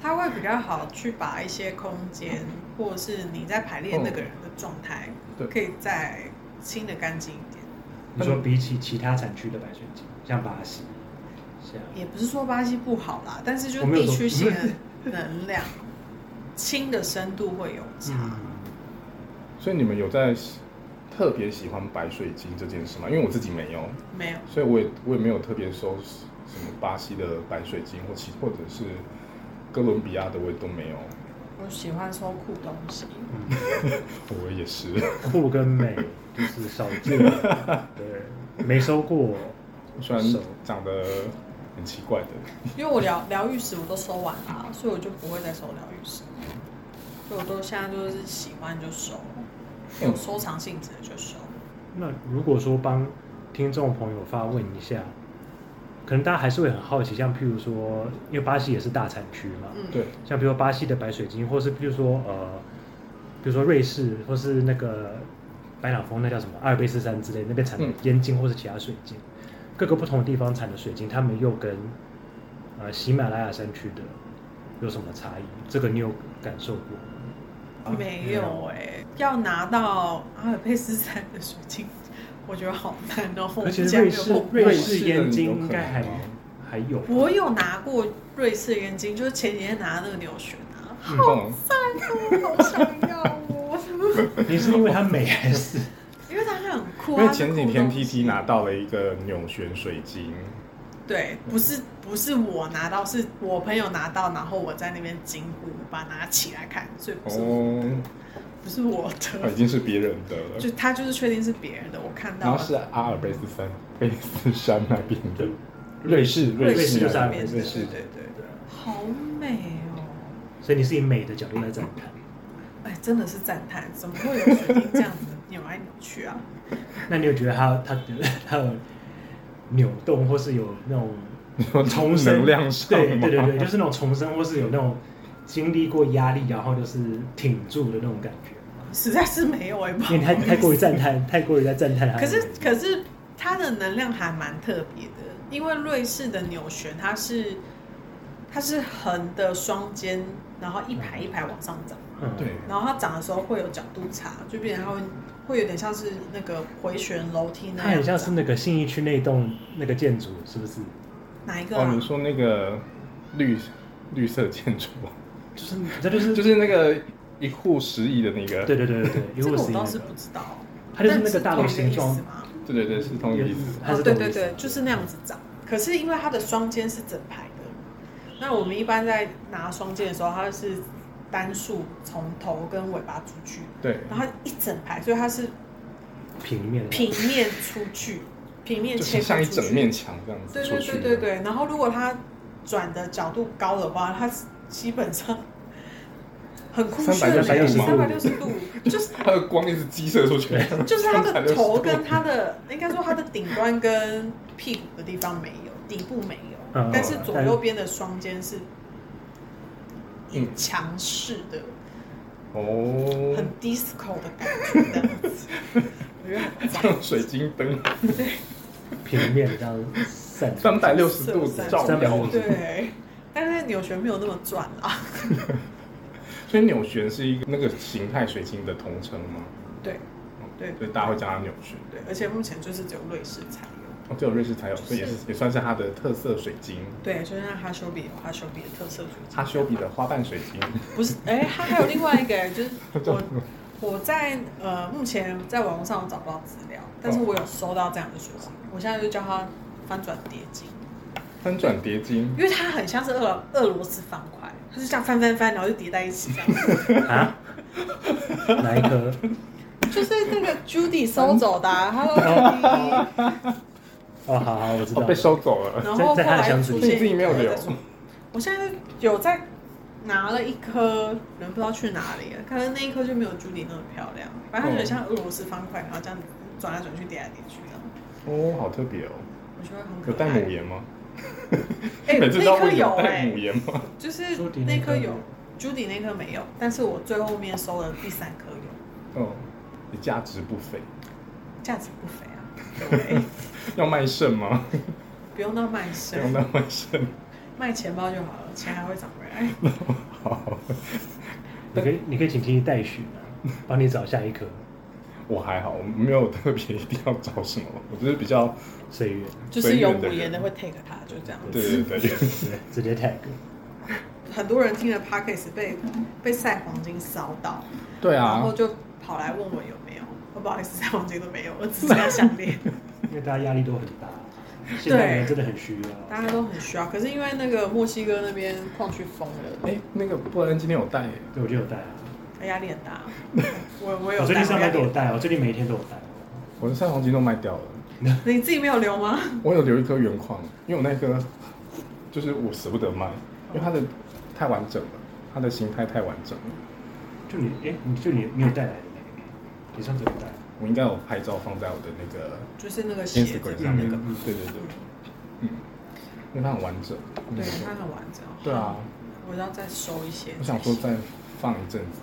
S2: 它会比较好去把一些空间，或者是你在排列那个人的状态，
S1: 哦对
S2: 可以再清的干净一点。
S3: 你说比起其他产区的白水晶，像巴西，像
S2: 也不是说巴西不好啦，但是就
S3: 我
S2: 是
S3: 没有
S2: 地
S3: 说
S2: 区性的能量，清的深度会有差。
S3: 嗯，
S1: 所以你们有在特别喜欢白水晶这件事吗？因为我自己没有，
S2: 没有，
S1: 所以我也我也没有特别收什么巴西的白水晶，或其或者是哥伦比亚的，我也都没有。
S2: 我喜欢收酷东西。
S3: 嗯
S1: 我也是，
S3: 酷跟美就是少见，对，没收过，
S1: 虽然
S3: 手
S1: 长得很奇怪的，
S2: 因为我疗疗愈石我都收完啦，所以我就不会再收疗愈石，所以我都现在就是喜欢就收，有收藏性质的就收。
S3: 那如果说帮听众朋友发问一下，可能大家还是会很好奇，像譬如说，因为巴西也是大产区嘛，
S2: 嗯，
S1: 对，
S3: 像比如说巴西的白水晶，或是比如说呃，比如说瑞士，或是那个白朗峰那叫什么阿尔卑斯山之类，那边产的
S1: 嗯
S3: 烟晶或是其他水晶，各个不同的地方产的水晶，它们又跟呃喜马拉雅山区的有什么差异？这个你有感受过吗？啊
S2: 没有哎、要拿到阿尔卑斯山的水晶，我觉得好难哦、我
S3: 而且
S2: 们家没
S3: 瑞
S2: 有
S3: 士
S2: 碰过
S3: 瑞
S1: 瑞
S3: 士
S1: 士
S3: 烟晶
S1: 有可能
S3: 应该还
S1: 吗
S3: 还有吧，
S2: 我有拿过瑞士烟晶，就是前几天拿的那个牛旋啊，
S1: 嗯，
S2: 赞哦，好想要哦，
S3: 你是因为它美还是？
S2: 因为它很酷
S1: 因
S2: 啊。
S1: 为前几天
S2: 它酷东
S1: T
S2: 西
S1: T 拿到了一个扭旋水晶，
S2: 对，不是不是我拿到，是我朋友拿到，然后我在那边惊呼，把它拿起来看，所以不是、
S1: 哦，
S2: 不是我
S1: 它已
S2: 的，
S1: 经是别人的了
S2: 就。他就是确定是别人的，我看
S1: 然
S2: 到
S1: 后
S2: 了
S1: 是阿尔卑斯山，卑斯山那边的 瑞士，
S3: 瑞
S1: 士
S3: 士是啊阿
S1: 那
S3: 尔
S1: 边
S3: 卑
S2: 边
S3: 斯
S2: 的，
S1: 瑞 士
S2: 对对对对，好美哦。
S3: 所以你是以美的角度在赞叹，
S2: 哎，真的是赞叹，怎么会有水晶这样子扭来扭去啊？
S3: 那你有觉得它它的它有扭动，或是有那种重生
S1: 能量上
S3: 对
S1: 吗
S3: 对对对，就是那种重生，或是有那种经历过压力，然后就是挺住的那种感觉。
S2: 实在是没有哎、不好
S3: 因为太
S2: 意思
S3: 太过于赞叹，太过于在赞叹它。
S2: 可是可是它的能量还蛮特别的，因为瑞士的扭旋它是它是横的双肩，然后一排一排往上涨嘛，
S3: 嗯，
S1: 对，
S2: 然后它涨的时候会有角度差，就变成它会会有点像是那个回旋楼梯那
S3: 它
S2: 样。
S3: 很像是那个信义区那栋那个建筑，是不是？
S2: 哪一个、
S1: 哦，
S2: 啊
S1: 你？说那个绿绿色建筑，
S3: 就是这就是
S1: 就是那个一户十亿的那个，
S3: 对对对对对，一
S2: 这
S3: 户
S2: 个
S3: 十
S2: 我
S3: 一那
S2: 倒是
S3: 个
S2: 不，知道，
S3: 它就是
S2: 但
S3: 那个大楼
S2: 同一
S3: 形状
S2: 意思，吗？
S1: 对对对，是同一个意思。
S3: 它是
S2: 哦对
S3: 同一
S2: 对
S3: 个意
S2: 对
S3: 思，
S2: 就是那样子长。可是因为它的双肩是整排的，那我们一般在拿双肩的时候，它是单数从头跟尾巴出去，
S1: 对，
S2: 然后它一整排，所以它是
S3: 平面的
S2: 平面出 去，平面
S1: 就
S2: 切
S1: 是
S2: 割
S1: 像一
S2: 出去
S1: 整面墙这样子
S2: 对
S1: 出
S2: 对
S1: 去。
S2: 对对对。然后如果它转的角度高的话，它基本上很酷炫的，
S1: 360
S2: 三
S1: 度
S2: 百
S1: 吗
S2: 六十度，就是
S1: 它的光一直激射出去，
S2: 就是它的头 跟它的，应该说它的顶端跟屁股的地方没有，底部没有，
S3: 嗯
S2: 但是左右边的双肩是
S1: 嗯
S2: 强势的，
S1: 哦，
S2: 很 disco 的感觉这样子。我觉得很赞
S1: 像水晶灯，
S3: 平面这样散
S1: 三百六十度 照耀。
S2: 对，但是扭旋没有那么转啊。
S1: 所以扭旋是一个那个形态水晶的统称吗？
S2: 对对
S1: 所以大家会叫它扭旋。
S2: 对，而且目前就是只有瑞士才有。
S1: 哦，只有瑞士才有，所以也是也算是它的特色水晶。
S2: 对，就像哈修比有哈修比的特色水晶，
S1: 哈修比的花瓣水晶，
S2: 不是，哎、它还有另外一 个，就是
S1: 叫
S2: 我
S1: 什么
S2: 我在呃，目前在网络上找不到资料，
S1: 哦
S2: 但是我有收到这样的说法，我现在就叫它翻转叠金，
S1: 翻转叠晶，
S2: 因为它很像是俄俄罗斯方块，它就这样翻翻翻，然后就叠在一起这 样。
S3: 啊？哪一颗？
S2: 就是那个 Judy 收 走的、啊、，Hello Judy，
S3: 哦，好好，我知道
S1: 哦，被。收走了。
S2: 然后后
S3: 在他的
S2: 来
S3: 箱子
S2: 出
S3: 里
S1: 所以
S2: 现
S1: 自己没有
S2: 一颗
S1: 留
S2: 在说我现在有在拿了一颗，人不知道去哪里了，可能那一颗就没有 Judy 那么漂亮，反正它有点像俄罗斯方块，然后这样子转来转去，叠来叠去这样，
S1: 哦，好特别哦。
S2: 我觉得很可
S1: 有
S2: 爱。
S1: 戴母岩吗？
S2: 哎、
S1: 每
S2: 那
S1: 次都
S2: 颗
S1: 问
S2: 有哎、
S1: 戴母岩吗？
S2: 就是
S3: 朱迪
S2: 那
S3: 那
S2: 颗
S3: 颗
S2: 有，朱迪那颗没有，但是我最后面收了第三颗有，
S1: 哦，你价值不菲，
S2: 价值 不菲啊，对，
S1: 要卖肾 吗？
S2: 不用到卖
S1: 不用
S2: 身，
S1: 到卖肾。
S2: 卖钱包就好了，钱还会涨回 来。
S1: 好，
S3: 你可以，你可以请听代许啊，帮你找下一颗
S1: 我还好，我没有特别一定要找什么，我就是比 较
S3: 岁月，
S2: 就是有五言的会 take 它，就这样子。
S1: 对对对，
S3: 对直接 tag。
S2: 很多人听了 podcast 被被晒黄金烧到，
S1: 对
S2: 然后
S1: 啊，
S2: 就跑来问我有没有。我不好意思，晒黄金都没有，我只剩下项 链。
S3: 因为大家压力都很大，现代人真的很需要。
S2: 大家都很需要，可是因为那个墨西哥那边矿区封了，
S1: 哎，那个布莱恩今天有戴耶，
S3: 对，我就有带啊，
S2: 压力很大。 我我有
S3: 我最近
S2: 带
S3: 上班都
S2: 我
S3: 有
S2: 压力
S3: 带，我最近每一天都有带。啊
S1: 我的三黄金都卖掉了，
S2: 你自己没有留吗？
S1: 我有留一颗原矿，因为我那颗就是我舍不得卖，因为它的太完整了，它的形态太完整了，
S3: 就你，哎，你就你，你有带来的那个，你上次有带。
S1: 我应该有拍照放在我的那个
S2: 就是那个鞋子
S1: Instagram
S2: 的
S1: 上
S2: 那
S1: 面
S2: 个，
S3: 嗯
S1: 对对对，嗯，因为它很完整，嗯
S2: 对，它很完整。
S1: 对啊，
S2: 我要再收一些。
S1: 我想说再放一阵子，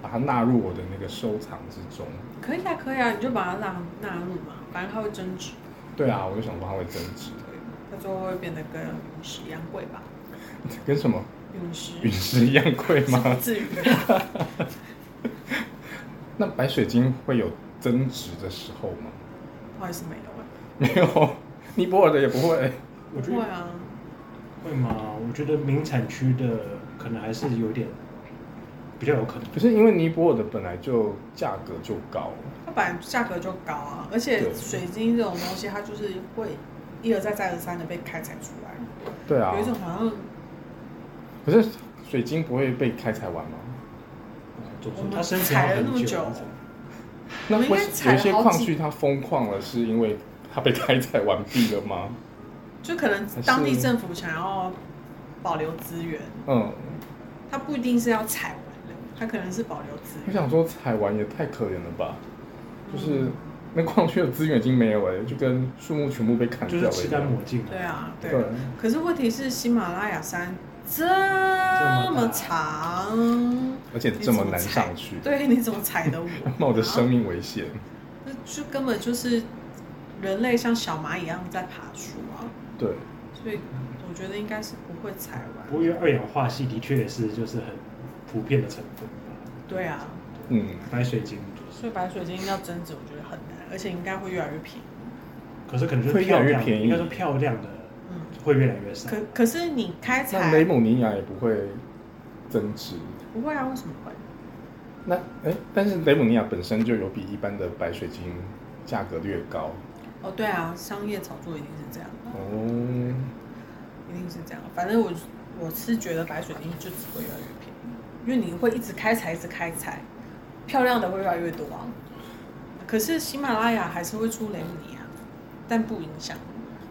S1: 把它纳入我的那个收藏之中。
S2: 可以啊，可以啊，你就把它纳纳入嘛，反正它会增值，
S1: 对啊，我就想说它会增值，
S2: 对，它最后会变得跟陨石一样贵吧？
S1: 跟什么
S2: 陨 石
S1: 陨石一样贵吗？
S2: 至于吗？
S1: 那白水晶会有增值的时候吗？
S2: 不好意思，没 有
S1: 没有，尼泊尔的也不会。
S3: 我
S2: 哎，
S3: 觉
S2: 不会
S3: 得
S2: 啊，
S3: 会吗？我觉得名产区的可能还是有点比较有可能。
S1: 可是因为尼泊尔的本来就价格就高，
S2: 它本来价格就高啊，而且
S1: 对
S2: 水晶这种东西，它就是会一而再再而三的被开采出来，
S1: 对啊
S2: 有一。种好像
S1: 可是水晶不会被开采完吗？
S3: 总之
S2: 我，们
S3: 它生存
S2: 踩
S3: 要
S2: 了那么
S3: 很
S2: 久
S3: 久。
S1: 那
S2: 我们应
S1: 会
S2: 该
S1: 有
S2: 采
S1: 一
S2: 了
S1: 些
S2: 好
S1: 矿
S2: 几
S1: 区它封矿了，是因为它被开采完毕了吗？
S2: 就可能当地政府想要保留资源，
S1: 嗯，
S2: 它不一定是要采完了，它可能是保留资
S1: 我
S2: 源。
S1: 想说采完也太可怜了吧，就是
S2: 嗯
S1: 那矿区的资源已经没有了，欸就跟树木全部被砍
S3: 就
S1: 掉
S3: 是
S1: 了。
S3: 吃干抹净。
S2: 对，啊，对。
S1: 对，
S2: 可是问题是，喜马拉雅山这
S3: 么
S2: 么
S3: 大
S2: 长，
S1: 而且这么难上去，？
S2: 对，你怎么踩的我
S1: 冒着生命危险。
S2: 啊那就根本就是人类像小蚂蚁一样在爬树啊，
S1: 对，
S2: 所以我觉得应该是不会踩
S3: 不
S2: 完。
S3: 过因为二氧化系的确也是就是很普遍的成分吧，
S2: 对啊，
S1: 嗯，
S3: 白水晶就是，
S2: 所以白水晶要增值，我觉得很难，而且应该会越来越便宜。
S3: 可是可能就是
S1: 会越
S3: 漂
S1: 来越
S3: 亮的，
S1: 便宜
S3: 应该说漂亮的
S2: 嗯，
S3: 会越来越少
S2: 可。可是你开
S1: 那雷
S2: 采
S1: 姆尼亚也不会增值。
S2: 不会啊？为什么会？
S1: 那哎，但是雷姆尼亚本身就有比一般的白水晶价格略高
S2: 哦，对啊，商业炒作一定是这样，
S1: 哦。
S2: 一定是这样。反正我我是觉得白水晶就只会越来越便宜，因为你会一直开采，一直开采，漂亮的会越来越多啊。可是喜马拉雅还是会出雷姆尼亚，但不影响。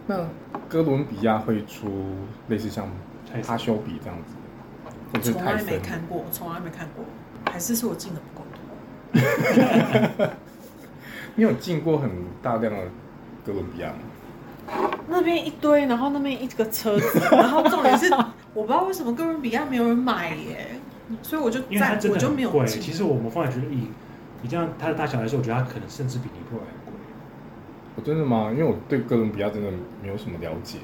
S1: 那哥伦比亚会出类似像
S3: 泰森
S1: 哈修比这样子，或者是
S2: 从
S1: 泰
S2: 来没
S1: 森？
S2: 看过，从来没看过，还是是我进的不够多。
S1: 你有进过很大量的哥伦比亚吗？
S2: 那边一堆，然后那边一个车 子，然后重点是我不知道为什么哥伦比亚没有人买耶，所以我就
S3: 因为
S2: 在
S3: 它真
S2: 我
S3: 的
S2: 就
S3: 很
S2: 没有
S3: 贵。
S2: 进。
S3: 其实我们放在觉得以以这样它的大小来说，我觉得它可能甚至比尼泊尔还贵。
S1: 我哦真的吗？因为我对哥伦比亚真的没有什么了解。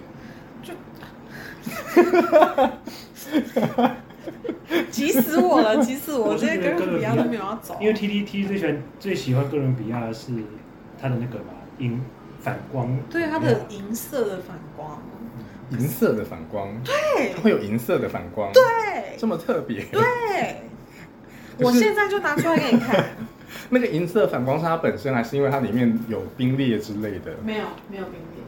S2: 急死我 了，急死我！
S3: 我是
S2: 这
S3: 觉
S2: 些
S3: 得
S2: 哥伦比亚
S3: 哥伦比
S2: 都没
S3: 亚
S2: 有要走，
S3: 因为 T T T 最喜欢最喜欢哥伦比亚的是它的那个吧银反光，
S2: 对它的银色的反光，
S1: 银色的反光，
S2: 对
S1: 它会有银色的反光，对，
S2: 对
S1: 这么特别。
S2: 对，
S1: 可是
S2: 我现在就拿出来给你看。
S1: 那个银色反光是它本身，还是因为它里面有冰裂之类的？
S2: 没有没有冰面，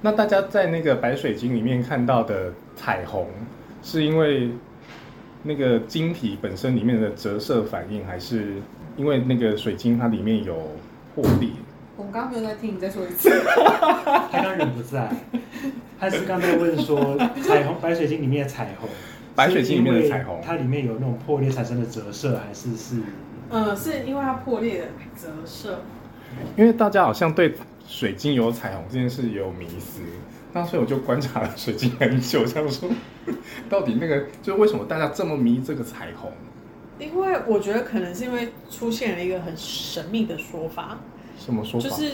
S1: 那大家在那个白水晶里面看到的彩虹，是因为那个晶体本身里面的折射反应，还是因为那个水晶它里面有破裂？
S2: 我刚刚没有在听，你再说一次。
S3: 他刚人不在，汉斯刚在问 说彩虹白水晶里面的彩虹，
S1: 白水晶里面的彩虹
S3: 是因为它里面有那种破裂产生的折射，还是是
S2: 呃，是因为它破裂的折射。
S1: 因为大家好像对水晶有彩虹这件事也有迷思，那所以我就观察了水晶很久，想说 到底那个就是为什么大家这么迷这个彩虹？
S2: 因为我觉得可能是因为出现了一个很神秘的说法，
S1: 什么说法？
S2: 就是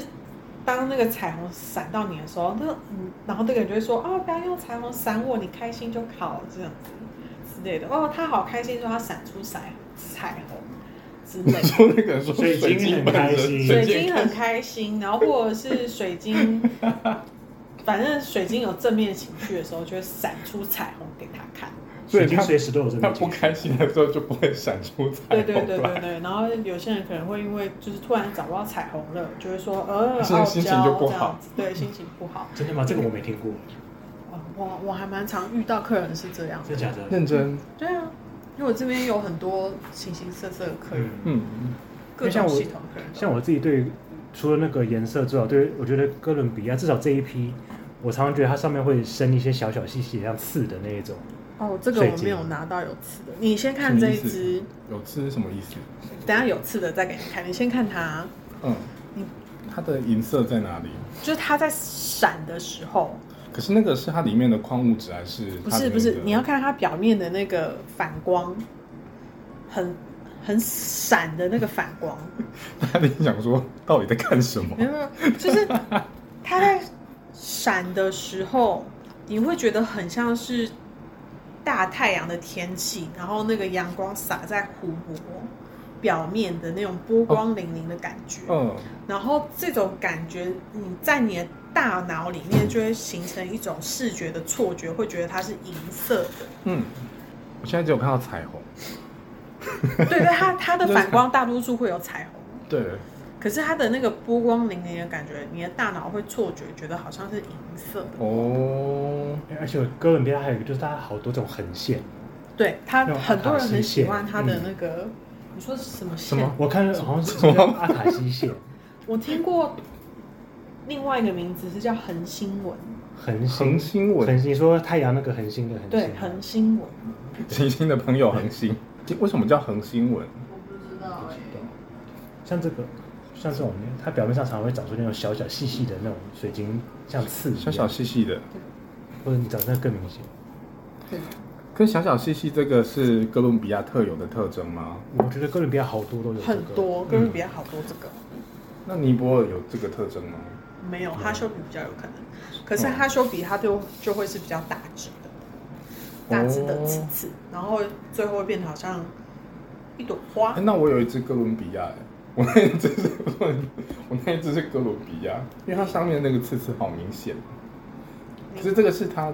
S2: 当那个彩虹闪到你的时候，那嗯，然后那个人就会说：“哦，不要用彩虹闪我，你开心就好。”这样子之类的。哦，他好开心，说他闪出彩彩虹之
S1: 你
S2: 类的。
S1: 说那个人说
S3: 水晶很
S1: 本人
S3: 开心
S2: 水
S1: 水
S2: 晶
S1: 晶
S2: 很开心，然后或者是水晶， 反正水晶有正面情绪的时候，就会闪出彩虹给他看。
S1: 对
S3: 水晶随时都有这
S1: 他
S3: 种
S1: 不
S3: 情绪？
S1: 开心的时候就不会闪出彩
S2: 对
S1: 虹
S2: 对对对
S1: 来，
S2: 对，然后有些人可能会因为就是突然找不到彩虹了，就会说 呃
S1: 这样
S2: 傲娇
S1: 心情就不好
S2: 这样子，对心情不好。
S3: 真的吗？这个我没听过，
S2: 哦我我还蛮常遇到客人是这样的，
S3: 真的假的？
S1: 认真，
S2: 对啊，因为我这边有很多形形色色的客人，
S3: 嗯，
S1: 嗯，
S2: 各
S3: 像
S2: 种
S3: 我
S2: 系统的客人都有。
S3: 像我自己对于除了那个颜色之外，对于我觉得哥伦比亚至少这一批，我常常觉得它上面会生一些小小细细的像刺的那一种。
S2: 哦，这个
S3: 水
S2: 我
S3: 晶
S2: 没有拿到有刺的，你先看这一
S1: 什么意思
S2: 只，
S1: 有吃什么意思？
S2: 等一下有刺的再给你看，你先看它。
S1: 嗯
S2: 嗯，
S1: 它的银色在哪里？
S2: 就是它在闪的时候，
S1: 可是那个是它里面的矿物质还是它
S2: 不是
S1: 里面
S2: 不是
S1: 的，
S2: 你要看它表面的那个反光，很很闪的那个反光，
S1: 他在想说到底在干什么
S2: 没？有没有，就是它在闪的时候，你会觉得很像是大太阳的天气，然后那个阳光洒在湖泊表面的那种波光粼粼的感觉，
S1: 嗯，
S2: 然后这种感觉你在你的大脑里面就会形成一种视觉的错觉，会觉得它是银色的。
S1: 嗯，我现在只有看到彩虹。
S2: 对对，它它的反光大多数会有彩虹，
S1: 对，
S2: 可是它的那个波光粼粼的感觉，你的大脑会错觉，觉得好像是银色的。
S1: 哦，
S3: 而且哥伦比亚还有一个就是它好多种横线，
S2: 对，它
S3: 那种
S2: 很多人很喜欢
S3: 阿卡
S2: 它
S3: 西线
S2: 的
S3: 嗯
S2: 那个，你说是什么
S1: 什
S2: 线？
S1: 么
S3: 我看好像是
S1: 什么
S3: 叫阿卡西线、
S2: 我听过另外一个名字是叫恒星纹，
S3: 恒
S1: 恒
S3: 星、
S1: 星纹，
S3: 恒星，说太阳那个恒星的恒星，
S2: 对，恒星纹。
S1: 行星的朋友恒星，为什么叫恒星纹？
S2: 我不知道哎、
S3: 像这个，像这种，它表面上常常会长出那种小小细细的那种水晶，像刺一样
S1: 小小，细细的，
S3: 或者你长得更明显。欸
S1: 可是小小细细这个是哥伦比亚特有的特征吗？
S3: 我觉得哥伦比亚好多都有、这个，嗯
S2: 很多，哥伦比亚好多这个、
S1: 那尼泊尔有这个特征吗？
S2: 没
S3: 嗯
S2: 有，哈修比比较有可能，可是哈修比它就就会是比较大只的，大只的刺
S3: 哦
S2: 刺，然后最后会变得好像一朵花
S1: 哎，。
S3: 嗯
S1: 那我有一只哥伦比亚、哎，我那一只是，我那一只是哥伦比亚，因为它上面那个刺刺好明显。可是这个是它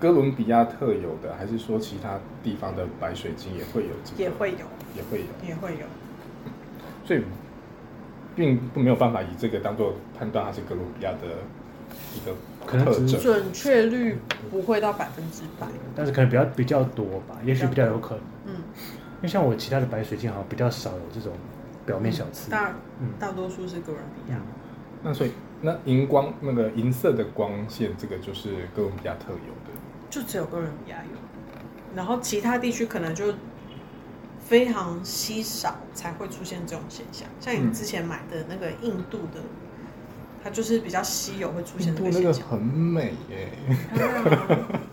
S1: 哥伦比亚特有的，还是说其他地方的白水晶也会有这个？
S2: 也会有，
S1: 也会有，
S2: 也会有。
S1: 所以并不没有办法以这个当做判断它是哥伦比亚的一个
S3: 可能
S1: 特
S3: 只是
S1: 征。
S2: 准确率不会到百分之百。
S3: 但是可能比较比较多吧，也许比较有可能。
S2: 嗯，
S3: 因为像我其他的白水晶好像比较少有这种表面小刺。
S2: 大
S3: 嗯
S2: 大多数是哥伦比亚
S3: 嗯。
S1: 那所以那荧光那个银色的光线，这个就是哥伦比亚特有的。
S2: 就只有哥伦比亚有，然后其他地区可能就非常稀少才会出现这种现象。像你
S1: 嗯
S2: 之前买的那个印度的，它就是比较稀有会出现
S1: 印
S2: 这
S1: 度
S2: 个
S1: 哦那个
S2: 现象。
S1: 很美耶、
S2: 啊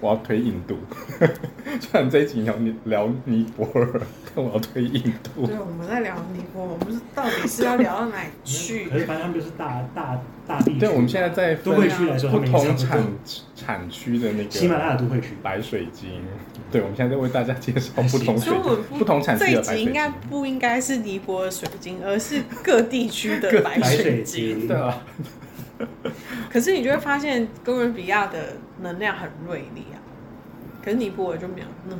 S1: 我要推印度。 虽然这一集聊尼聊尼泊尔，但我要推印度。
S2: 对，我们在聊尼泊尔，我们是到底是要聊到哪里去
S3: 可？是反正他们就是大大大地区。
S1: 对，我们现在在
S3: 都
S1: 分
S3: 会区来说，他
S1: 不
S3: 们已经
S1: 同
S3: 差
S1: 产
S3: 不多
S1: 产区的那个
S3: 喜马拉雅都会区。
S1: 白水晶。对，我们现在在为大家介绍不同水
S2: 所以我
S1: 晶
S2: 们
S1: 不同产
S2: 这
S1: 区
S2: 一
S1: 的白
S2: 集
S1: 水
S2: 应该
S1: 晶。
S2: 不应该是尼泊尔水晶，而是各地区 的
S1: 各
S2: 白
S3: 白
S2: 水
S3: 水
S2: 晶。
S3: 晶
S1: 对啊，
S2: 可是你就会发现哥伦比亚的能量很锐利啊，可是尼泊尔就没有，那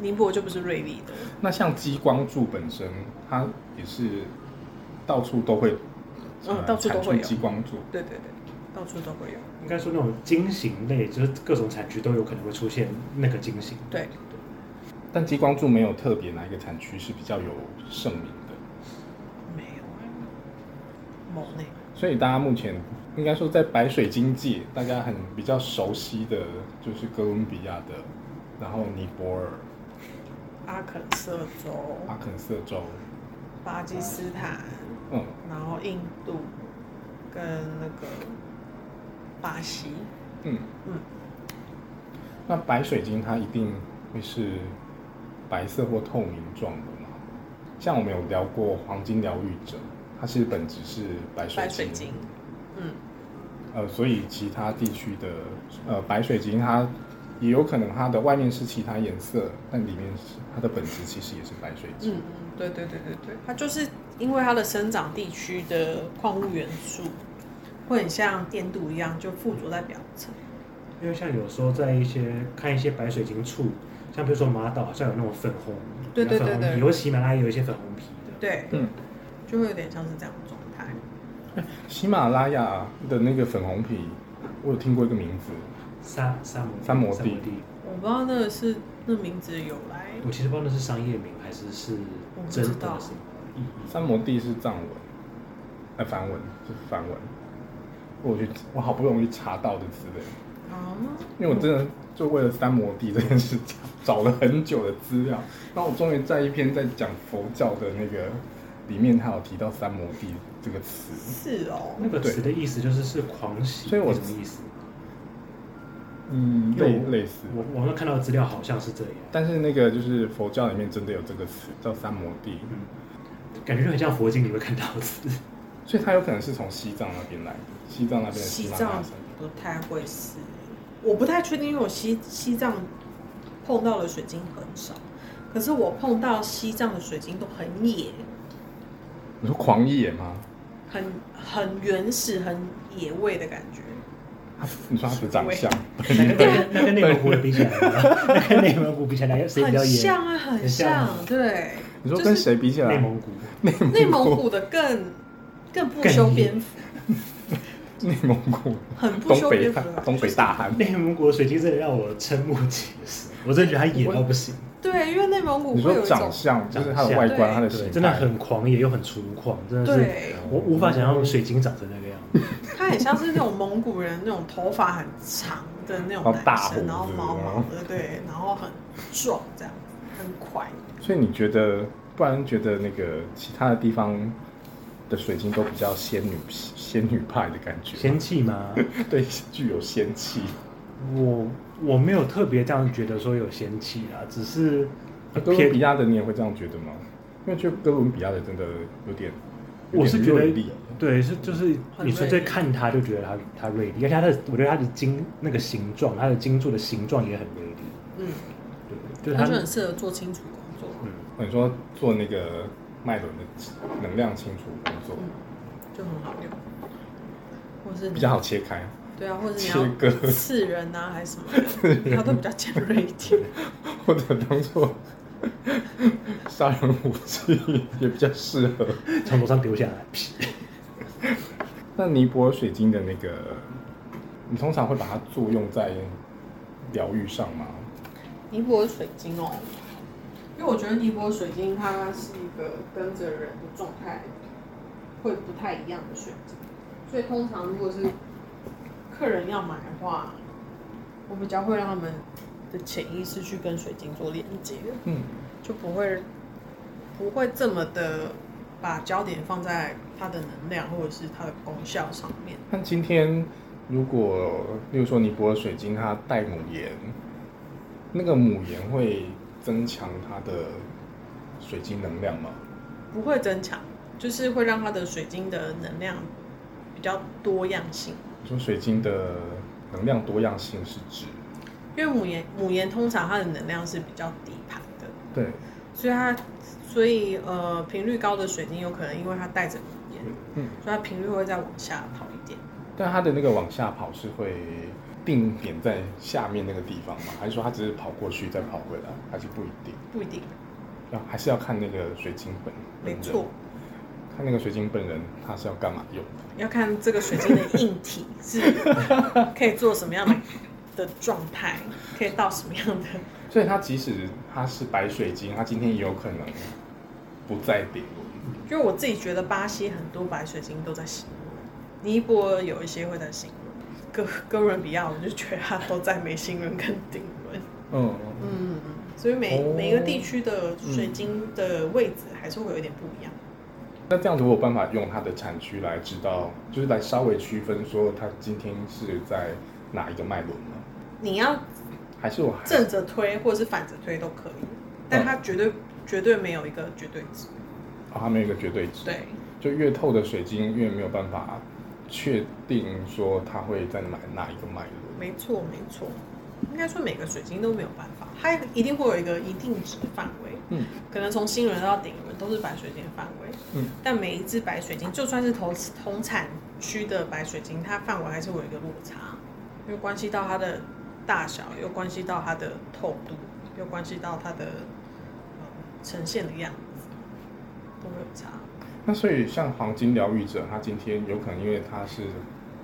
S2: 尼泊尔就不是锐利的。
S1: 那像激光柱本身，它也是到处都会，
S2: 嗯
S1: 呃
S2: 到处都会有
S1: 产出激光柱。
S2: 对对对，到处都会有。
S3: 应该说那种晶型类，就是各种产区都有可能会出现那个晶型。
S2: 对，
S1: 但激光柱没有特别哪一个产区是比较有盛名的。
S2: 没有啊，某内
S1: 所以大家目前应该说在白水晶界，大家很比较熟悉的就是哥伦比亚的，然后尼泊尔、
S2: 阿肯色州、
S1: 阿肯色州，
S2: 巴基斯坦，
S1: 嗯，
S2: 然后印度跟那个巴西，
S1: 嗯
S2: 嗯
S1: 嗯，那白水晶它一定会是白色或透明状的嘛？像我们有聊过黄金疗愈者，它是本质是白水晶，
S2: 白水晶嗯，
S1: 呃，所以其他地区的呃白水晶它。也有可能它的外面是其他颜色，但里面是它的本质其实也是白水晶。
S2: 嗯嗯，对对对对对，它就是因为它的生长地区的矿物元素会很像电镀一样，就附着在表层。
S3: 因为像有时候在一些看一些白水晶处，像比如说马岛好像有那种粉红，
S2: 对对对
S3: 粉红
S2: 对
S3: 皮有喜马拉雅有一些粉红皮的，
S2: 对，
S1: 嗯，
S2: 就会有点像是这样的状态。
S1: 喜马拉雅的那个粉红皮，我有听过一个名字，
S3: 沙沙摩
S1: 沙摩地
S3: 沙摩地，
S2: 我不知道那个是那名字的由来，
S3: 我其实不知道那是商业名还是是
S2: 我不知
S3: 真
S2: 道
S3: 的什么意义。
S1: 三摩地是藏文，呃，梵文是梵文。我去，我好不容易查到的资料，
S2: 哦，
S1: 因为我真的就为了三摩地这件事情找了很久的资料，然后我终于在一篇在讲佛教的那个里面，它有提到三摩地这个词。
S2: 是哦，
S3: 那个词的意思就是是狂喜，
S1: 所以我
S3: 什么意思？
S1: 嗯，
S3: 因
S1: 类
S3: 为我
S1: 类似，
S3: 我网上看到的资料好像是这样，
S1: 但是那个就是佛教里面真的有这个词叫三摩地，
S3: 嗯，感觉就很像佛经里会看到的词。
S1: 所以它有可能是从西藏那边来的，西藏那边的
S2: 西
S1: 喜马拉雅
S2: 藏
S1: 山。
S2: 不太会是，我不太确定，因为我西西藏碰到的水晶很少，可是我碰到西藏的水晶都很野，
S1: 你说狂野吗？
S2: 很很原始、很野味的感觉。
S1: 你说他的长相，
S3: 那跟那跟内蒙古的比起来呢，那跟内蒙古比起来，谁比较
S2: 很
S3: 野？
S2: 像啊，很
S3: 很像
S2: 像， 对。
S1: 你说跟谁比起来？
S3: 内蒙古
S2: 内蒙古的更更不修边幅，
S1: 内蒙古、
S2: 很不
S1: 东
S2: 修
S1: 北
S2: 边幅啊
S1: 大
S2: 啦。
S1: 东北大汗。
S3: 内蒙古的水晶真的让我瞠目结舌，我真的觉得它野到不行，
S2: 对，因为内蒙古
S1: 你
S2: 会
S1: 说
S2: 有一
S1: 长
S2: 种
S1: 相，就是它的
S3: 长
S1: 外
S3: 相
S1: 观、它的形
S3: 对，
S1: 态，
S3: 真的很狂野又很粗犷，真的是
S2: 对，
S3: 我无法想象水晶长成那个样子。
S2: 他很像是那种蒙古人 那种头发很长的那
S1: 然
S2: 种
S1: 后大
S2: 男生，然后
S1: 胡子
S2: 毛毛的，对，然后很壮这样，很快。
S1: 所以你觉得，不然觉得那个其他的地方的水晶都比较仙女仙女派的感觉吗，
S3: 嫌弃吗？
S1: 对，具有仙气。
S3: 我我没有特别这样觉得说有嫌弃啦，只是
S1: 哥伦比亚的你也会这样觉得吗？因为就哥伦比亚的真的有点，有
S3: 我是
S1: 点
S3: 觉得
S1: 锐利
S3: 对，是就是
S2: 很
S3: 你
S2: 锐
S3: 纯粹
S2: 利
S3: 看它就觉得它它锐利，而且它的我觉得它的晶那个形状，它的晶柱的形状也很锐利，
S2: 嗯，
S3: 对，就是
S2: 他就
S3: 它
S2: 很适合做清楚工作，
S3: 嗯
S1: 哦你说做那个脉轮的能量清除工作
S2: 嗯就很好用，或是你
S1: 比较好切开，
S2: 对啊，或者你
S1: 切割
S2: 要刺人啊，还是什么的，它都比较尖锐一点。
S1: 或者当做杀人武器也比较适合。
S3: 从楼上丢下来，屁
S1: 那尼泊尔水晶的那个，你通常会把它作用在疗愈上吗？
S2: 尼泊尔水晶哦，因为我觉得尼泊尔水晶它是一个跟着人的状态会不太一样的水晶，所以通常如果是客人要买的话，我比较会让他们的潜意识去跟水晶做连接，
S1: 嗯，
S2: 就不会不会这么的把焦点放在它的能量或者是它的功效上面。
S1: 但今天如果，例如说尼泊尔水晶它带母岩，那个母岩会增强它的水晶能量吗？
S2: 不会增强，就是会让它的水晶的能量比较多样性。
S1: 你说水晶的能量多样性是指？
S2: 因为母岩母岩通常它的能量是比较低盘的，
S1: 对，
S2: 所以它所以呃频率高的水晶有可能因为它带着母岩，
S1: 嗯，
S2: 所以它频率会再往下跑一点。
S1: 但它的那个往下跑是会定点在下面那个地方吗？还是说它只是跑过去再跑回来？还是不一定？
S2: 不一定，
S1: 要还是要看那个水晶本本
S2: 没
S1: 人。
S2: 错，
S1: 看那个水晶本人他是要干嘛用的？
S2: 要看这个水晶的硬体是可以做什么样的的状态，可以到什么样的。
S1: 所以它即使它是白水晶，它今天也有可能不再顶轮。
S2: 因为我自己觉得巴西很多白水晶都在醒轮，尼泊尔有一些会在醒轮，哥哥伦比亚我就觉得它都在眉心轮跟顶轮。
S1: 嗯，
S2: 嗯，所以每、
S1: 哦
S2: 每个地区的水晶的位置还是会有一点不一样。
S1: 那这样子我有办法用它的产区来知道，就是来稍微区分说它今天是在哪一个脉轮吗？
S2: 你要
S1: 还是我还
S2: 正着推或者是反着推都可以，但它绝对、绝对没有一个绝对值。
S1: 哦，它没有一个绝对值。
S2: 对，
S1: 就越透的水晶越没有办法确定说它会在哪哪一个脉轮。
S2: 没错没错，应该说每个水晶都没有办法，它一定会有一个一定值的范围，
S1: 嗯
S2: 可能从星轮到顶轮都是白水晶的范围，
S1: 嗯，
S2: 但每一只白水晶，就算是同同产区的白水晶，它范围还是会有一个落差，因为关系到它的大小，又关系到它的透度，又关系到它的、呃、呈现的样子，都会有差。
S1: 那所以像黄金疗愈者，他今天有可能因为他是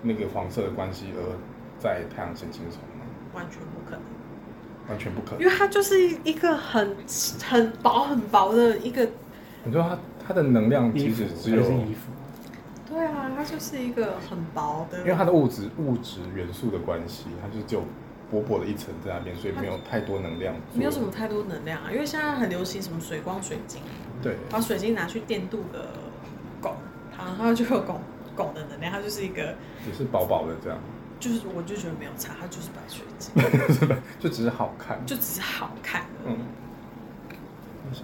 S1: 那个黄色的关系而在太阳神经丛吗？
S2: 完全不可能，
S1: 完全不可
S2: 因
S1: 能。
S2: 为它就是一个很很薄很薄的一个，
S1: 你说他他的能量
S3: 衣
S1: 其
S3: 服
S1: 实只
S3: 还
S1: 有，
S3: 是衣服，
S2: 对啊，它就是一个很薄的，
S1: 因为它的物质物质元素的关系，它就只有薄薄的一层在那边，所以没有太多能量。
S2: 没有什么。太多能量啊，因为现在很流行什么水光水晶，
S1: 对，
S2: 把水晶拿去电镀个汞，它它就有汞汞的能量，它就是一个，
S1: 也是薄薄的这样，
S2: 就是我就觉得没有差，它就是白水晶，
S1: 就只是好看。
S2: 就只是好看而已。
S1: 嗯。没事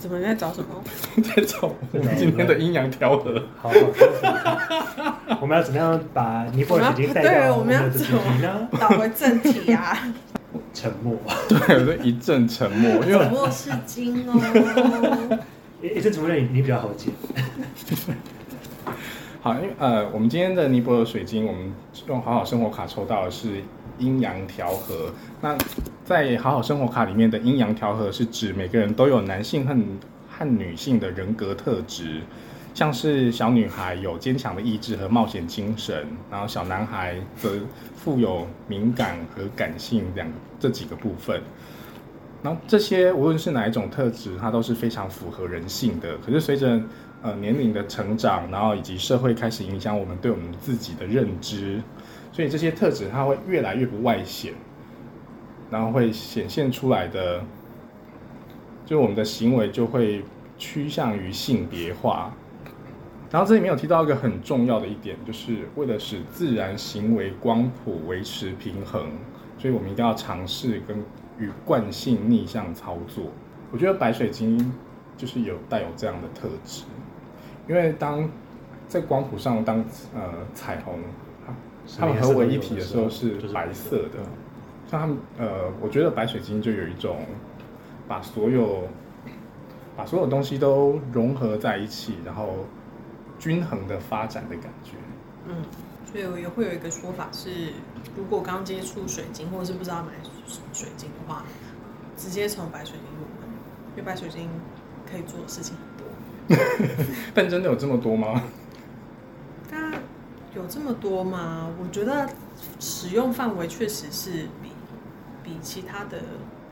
S2: 怎么你在找什么？
S1: 在找我
S3: 啊
S1: 们今天的阴阳调和。
S3: 好，好 我们要怎么样把尼泊
S2: 我
S3: 尔
S2: 们
S3: 水
S2: 要
S3: 晶带到
S2: 啊对，我们要
S3: 的主
S2: 怎
S3: 题
S2: 么
S3: 呢？
S2: 倒回正题啊？
S3: 沉默，
S1: 对，我就一阵沉默，因
S2: 沉
S1: 为
S2: 默是金哦。
S3: 诶，这沉默让你你比较好解，
S1: 好，因为呃，我们今天的尼泊尔水晶，我们用好好生活卡抽到的是阴阳调和。那在好好生活卡里面的阴阳调和，是指每个人都有男性和和女性的人格特质。像是小女孩有坚强的意志和冒险精神，然后小男孩则富有敏感和感性两这几个部分。然后这些无论是哪一种特质，它都是非常符合人性的。可是随着呃年龄的成长，然后以及社会开始影响我们对我们自己的认知，所以这些特质它会越来越不外显，然后会显现出来的，就我们的行为就会趋向于性别化。然后这里面有提到一个很重要的一点，就是为了使自然行为光谱维持平衡，所以我们一定要尝试跟与惯性逆向操作。我觉得白水晶就是有带有这样的特质，因为当在光谱上当呃彩虹它们合为一体的时候是白色
S3: 嗯
S1: 的，像它们呃，我觉得白水晶就有一种把所有把所有东西都融合在一起，然后均衡的发展的感觉。
S2: 嗯，所以我也会有一个说法是，如果刚接触水晶或者是不知道买水晶的话，直接从白水晶入门，因为白水晶可以做的事情很多。
S1: 但真的有这么多吗？
S2: 大家有这么多吗？我觉得使用范围确实是比比其他的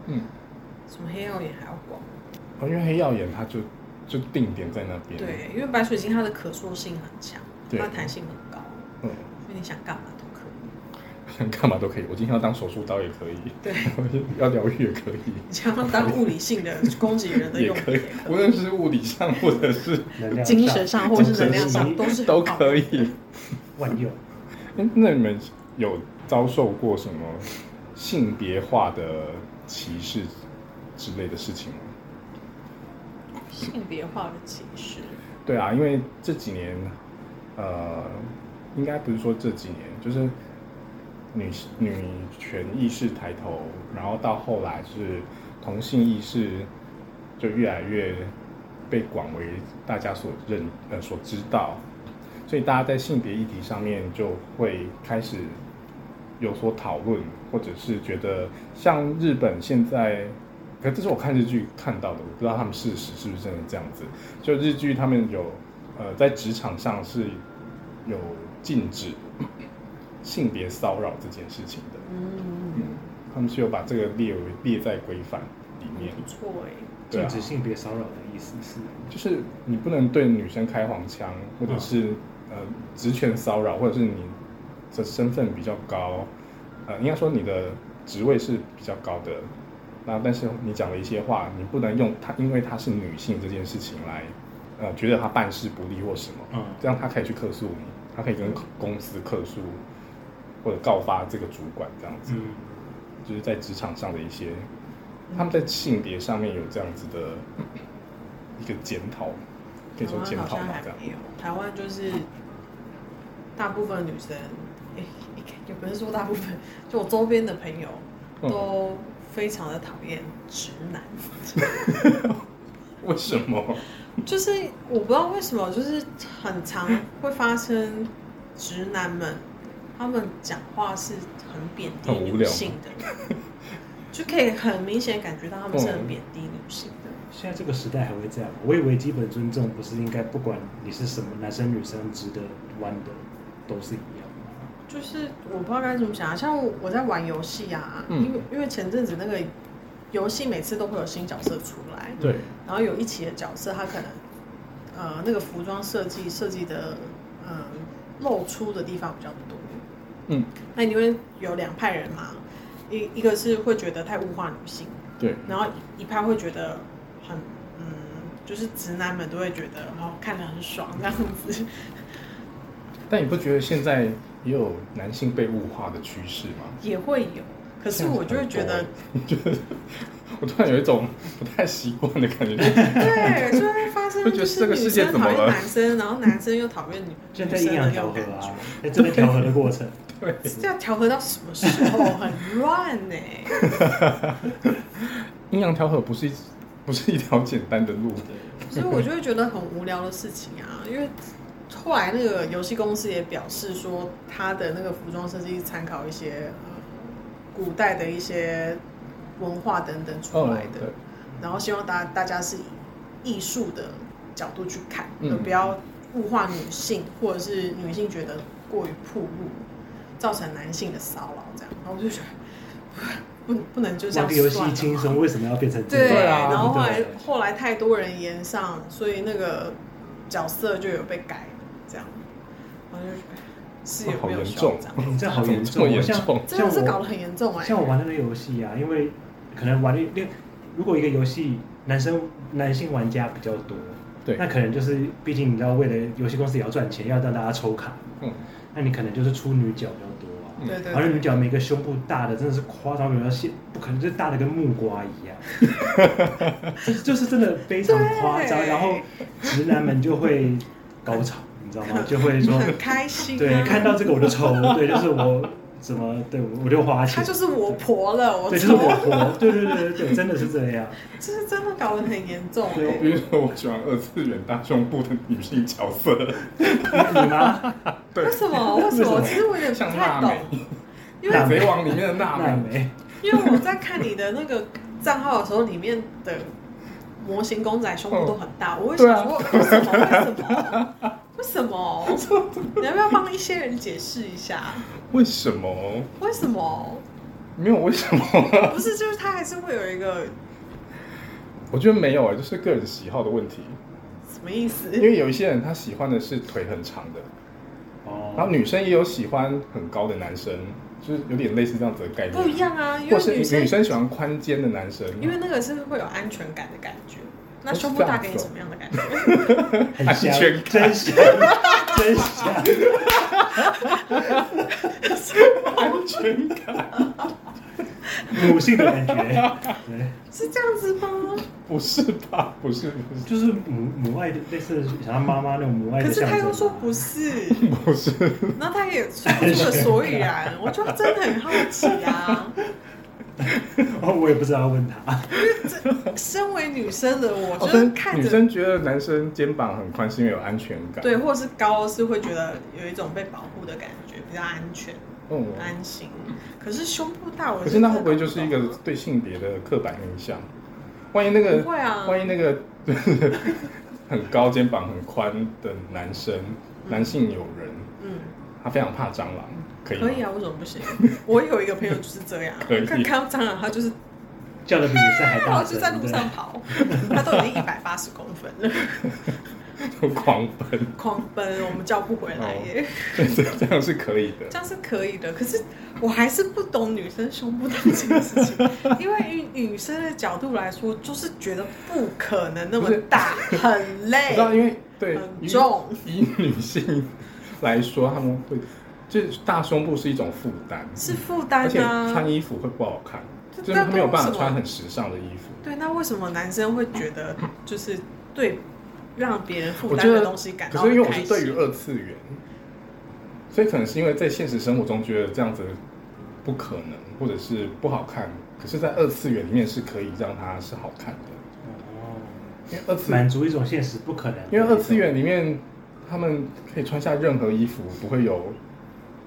S1: 嗯，
S2: 什么黑曜岩还要广。
S1: 哦，因为黑曜岩它就就定点在那边。，
S2: 对，因为白水晶它的可塑性很强，
S1: 对
S2: 它弹性很高，
S1: 嗯，
S2: 所以你想干嘛都可以。
S1: 想干嘛都可以。我今天要当手术刀也可以，
S2: 对，
S1: 要疗愈也可以，
S2: 你想要当物理 性的攻击人的
S1: 也
S2: 用品
S1: 可以，无论是物理上或者是
S3: 能量
S2: 精神上或是能量
S3: 精
S2: 上
S3: 神
S2: 都是
S1: 都
S2: 很好
S1: 可
S2: 的
S1: 以。
S3: 万用。
S1: 嗯那你们有遭受过什么性别化的歧视之类的事情吗？
S2: 性别化的歧视。
S1: 对啊，因为这几年，呃，应该不是说这几年，就是女女权意识抬头，然后到后来是同性意识就越来越被广为大家所认呃所知道，所以大家在性别议题上面就会开始有所讨论，或者是觉得像日本现在，可这是我看日剧看到的，我不知道他们事实是不是真的这样子。就日剧他们有呃在职场上是有禁止性别骚扰这件事情的，
S2: 嗯，
S1: 他们是有把这个列为列在规范里面，
S2: 不错哎，
S1: 对
S3: 禁
S1: 啊，
S3: 止性别骚扰的意思是，
S1: 就是你不能对女生开黄腔，或者是、呃职权骚扰，或者是你的身份比较高，呃，应该说你的职位是比较高的，那但是你讲的一些话，你不能用她，因为她是女性这件事情来，呃，觉得她办事不力或什么，
S3: 嗯
S1: 这样她可以去客诉你，她可以跟公司客诉，或者告发这个主管这样子。
S3: 嗯，
S1: 就是在职场上的一些，
S2: 嗯
S1: 他们在性别上面有这样子的嗯一个检讨，可以说检
S2: 台湾
S1: 讨
S2: 好像
S1: 嘛
S2: 还
S1: 这样。
S2: 没有，台湾就是大部分女生，诶也不是说大部分，就我周边的朋友
S1: 嗯
S2: 都非常的讨厌直男，
S1: 为什么？
S2: 就是我不知道为什么，就是很常会发生直男们，他们讲话是很贬低
S1: 很无
S2: 女
S1: 聊
S2: 性的，就可以很明显感觉到他们是
S1: 嗯
S2: 很贬低女性的。
S3: 现在这个时代还会这样？我以为基本尊重不是应该不管你是什么男生女生直的弯的都是一样吗？
S2: 就是我不知道该怎么讲啊，像我我在玩游戏啊，
S1: 嗯
S2: 因为因为前阵子那个游戏每次都会有新角色出来，
S1: 对，
S2: 然后有一期的角色他可能呃那个服装设计设计的呃露出的地方比较多，
S1: 嗯，
S2: 那因为有两派人嘛，一一个是会觉得太物化女性，
S1: 对，
S2: 然后一一派会觉得很嗯，就是直男们都会觉得哦看得很爽这样子，
S1: 但你不觉得现在也有男性被物化的趋势吗？
S2: 也会有，可是我就会觉得。
S1: 现在很多欸，就是我突然有一种不太习惯的感觉，就是
S2: 对，就会发生
S1: 就觉
S2: 就
S1: 得
S2: 是
S1: 这个
S2: 女
S1: 世界
S2: 生
S1: 怎么
S2: 讨厌
S1: 了
S2: 男生，然后男生又讨厌 女
S3: 现
S2: 女
S3: 在
S2: 生
S3: 阴
S2: 的
S3: 阳
S2: 那
S3: 调
S2: 种
S3: 和
S2: 感觉
S3: 啊，，在这个调和的过程，
S1: 对，
S2: 这要调和到什么时候？ 很乱呢、
S1: 阴阳调和不是一不是一条简单的路，
S2: 所以我就会觉得很无聊的事情啊，因为。后来那个游戏公司也表示说，他的那个服装设计参考一些、呃、古代的一些文化等等出
S3: 哦
S2: 来的，
S1: 对，
S2: 然后希望大大家是以艺术的角度去看，
S1: 嗯
S2: 而不要物化女性，或者是女性觉得过于暴露，造成男性的骚扰这样，然后我就觉得不不能就这
S3: 玩
S2: 样
S3: 个游
S2: 算
S3: 戏
S2: 了
S3: 轻松，为什么要变成这
S2: 对，
S3: 样？
S1: 对啊
S2: 然后后来
S3: 对不对
S2: 后来太多人延上，所以那个角色就有被改，这样，然后就觉得是有没有需要这样？
S3: 嗯你这好严
S1: 这么
S3: 重，啊
S1: 严
S3: 像
S1: 重
S2: 真的是
S3: 像我
S2: 搞得很严重哎、
S3: 像我玩那个游戏啊，因为可能玩另如果一个游戏男生男性玩家比较多，
S1: 对
S3: 那可能就是毕竟你知道，为了游戏公司也要赚钱，要让大家抽卡，
S1: 嗯，
S3: 那你可能就是出女角比较多啊。
S2: 对对
S3: 而且女
S2: 对，
S3: 角每个胸部大的真的是夸张，有到现不可能，就是大的跟木瓜一 样，就是就是真的非常夸张。
S2: 对
S3: 然后直男们就会高潮，你知道 吗？就会说，
S2: 很开心、啊，
S3: 对，看到这个我就抽，对，就是我怎么对我就花
S2: 她
S3: 钱，
S2: 就是我婆了，我
S3: 对，就是
S2: 操，
S3: 我婆，对对对对对，真的是这样。
S2: 这是真的搞得很严重哎、
S3: 对
S1: 比如说我喜欢二次元大胸部的女性角色，
S3: 你 你吗？
S1: 对
S2: 为，什么？为什
S3: 为什么
S2: 么？其实我有点不
S1: 像
S2: 太
S1: 娜
S2: 懂
S1: 美，
S2: 因
S1: 《
S2: 为
S3: 娜美
S1: 贼王》里面的娜
S3: 娜
S1: 美，
S3: 美，
S2: 因为我在看你的那个账号的时候，里面的模型公仔胸部都很大，我会
S1: 对
S2: 想
S1: 啊
S2: 说为什么？为什么？ 为什么？你要不要帮一些人解释一下？
S1: 为什么？
S2: 为什么？
S1: 没有为什么？
S2: 不是，就是它还是会有一个
S1: 我觉得没有哎、就是个人喜好的问题。
S2: 什么意思？
S1: 因为有一些人他喜欢的是腿很长的，然后
S3: 哦，
S1: 女生也有喜欢很高的男生，就是有点类似这样子的概念。
S2: 不一样啊，因
S1: 或
S2: 为
S1: 是
S2: 女生，
S1: 女生喜欢宽肩的男生，
S2: 因为那个是会有安全感的感觉。那
S1: 不是
S2: 胸部
S1: 这样
S2: 大给你
S1: 子哦
S2: 什么样的感觉？
S3: 很
S1: 安
S3: 香
S1: 全，
S3: 真香，真香。
S1: 安全感
S3: 母性的感觉，对，
S2: 是这样子吗？
S1: 不是吧？ 不是不是
S3: 就是母母爱的类似像妈妈那种母爱
S2: 可
S3: 的
S2: 是
S3: 象征。
S2: 他又说不是，
S1: 不是，
S2: 然后他也说不出个所以然，我就真的很好奇啊。
S3: 哦，我也不知道要问他。
S2: 身为女生的我，
S1: 哦
S2: 就是
S1: 真
S2: 看
S1: 女
S2: 着、
S1: 生觉得男生肩膀很宽是因为有安全感。
S2: 对，，或者是高，是会觉得有一种被保护的感觉，比较安全、
S1: 嗯。
S2: 安心。可是胸部大，我
S1: 可是那会不会
S2: 真
S1: 就
S2: 的
S1: 是
S2: 搞
S1: 一
S2: 懂
S1: 个对性别的刻板印象？万一那个
S2: 不会啊
S1: 万一那个很高肩膀很宽的男生，男性友人，
S2: 嗯，
S1: 他非常怕蟑螂，可以吗
S2: 可以啊，为什么不行？我有一个朋友就是这样
S1: 可以，
S2: 看看到蟑螂，他 就是
S3: 叫的比你是还
S2: 然后
S3: 大
S2: 就
S3: 声，
S2: 在路
S3: 对
S2: 上跑，他都已经一百八十公分了，
S1: 就 狂奔，
S2: 狂奔，我们叫不回来耶。
S1: 对这这样是可以的。
S2: 这样是可以的，可是我还是不懂女生胸部大这件事情，因为以女生的角度来说，就是觉得不可能那么大，很
S1: 我
S2: 累
S1: 知，道，因为对
S2: 很
S1: 以
S2: 重，
S1: 以女性来说，他们会就是大胸部是一种负担，
S2: 是负
S1: 而
S2: 担
S1: 且
S2: 啊
S1: 穿。衣服会不好看，
S2: 这
S1: 就是他没有办法
S2: 那为什么
S1: 穿很时尚的衣服。
S2: 对，那为什么男生会觉得就是对让别人负
S1: 我
S2: 担
S1: 觉
S2: 的
S1: 得
S2: 东西感
S1: 可
S2: 到
S1: 是因为我
S2: 开
S1: 是
S2: 心
S1: 对于二次元，所以可能是因为在现实生活中觉得这样子不可能，或者是不好看。可是，在二次元里面是可以让它是好看的，
S3: 哦，
S1: 因为二次，
S3: 满足一种现实不可能。
S1: 因为二次元里面他们可以穿下任何衣服，不会有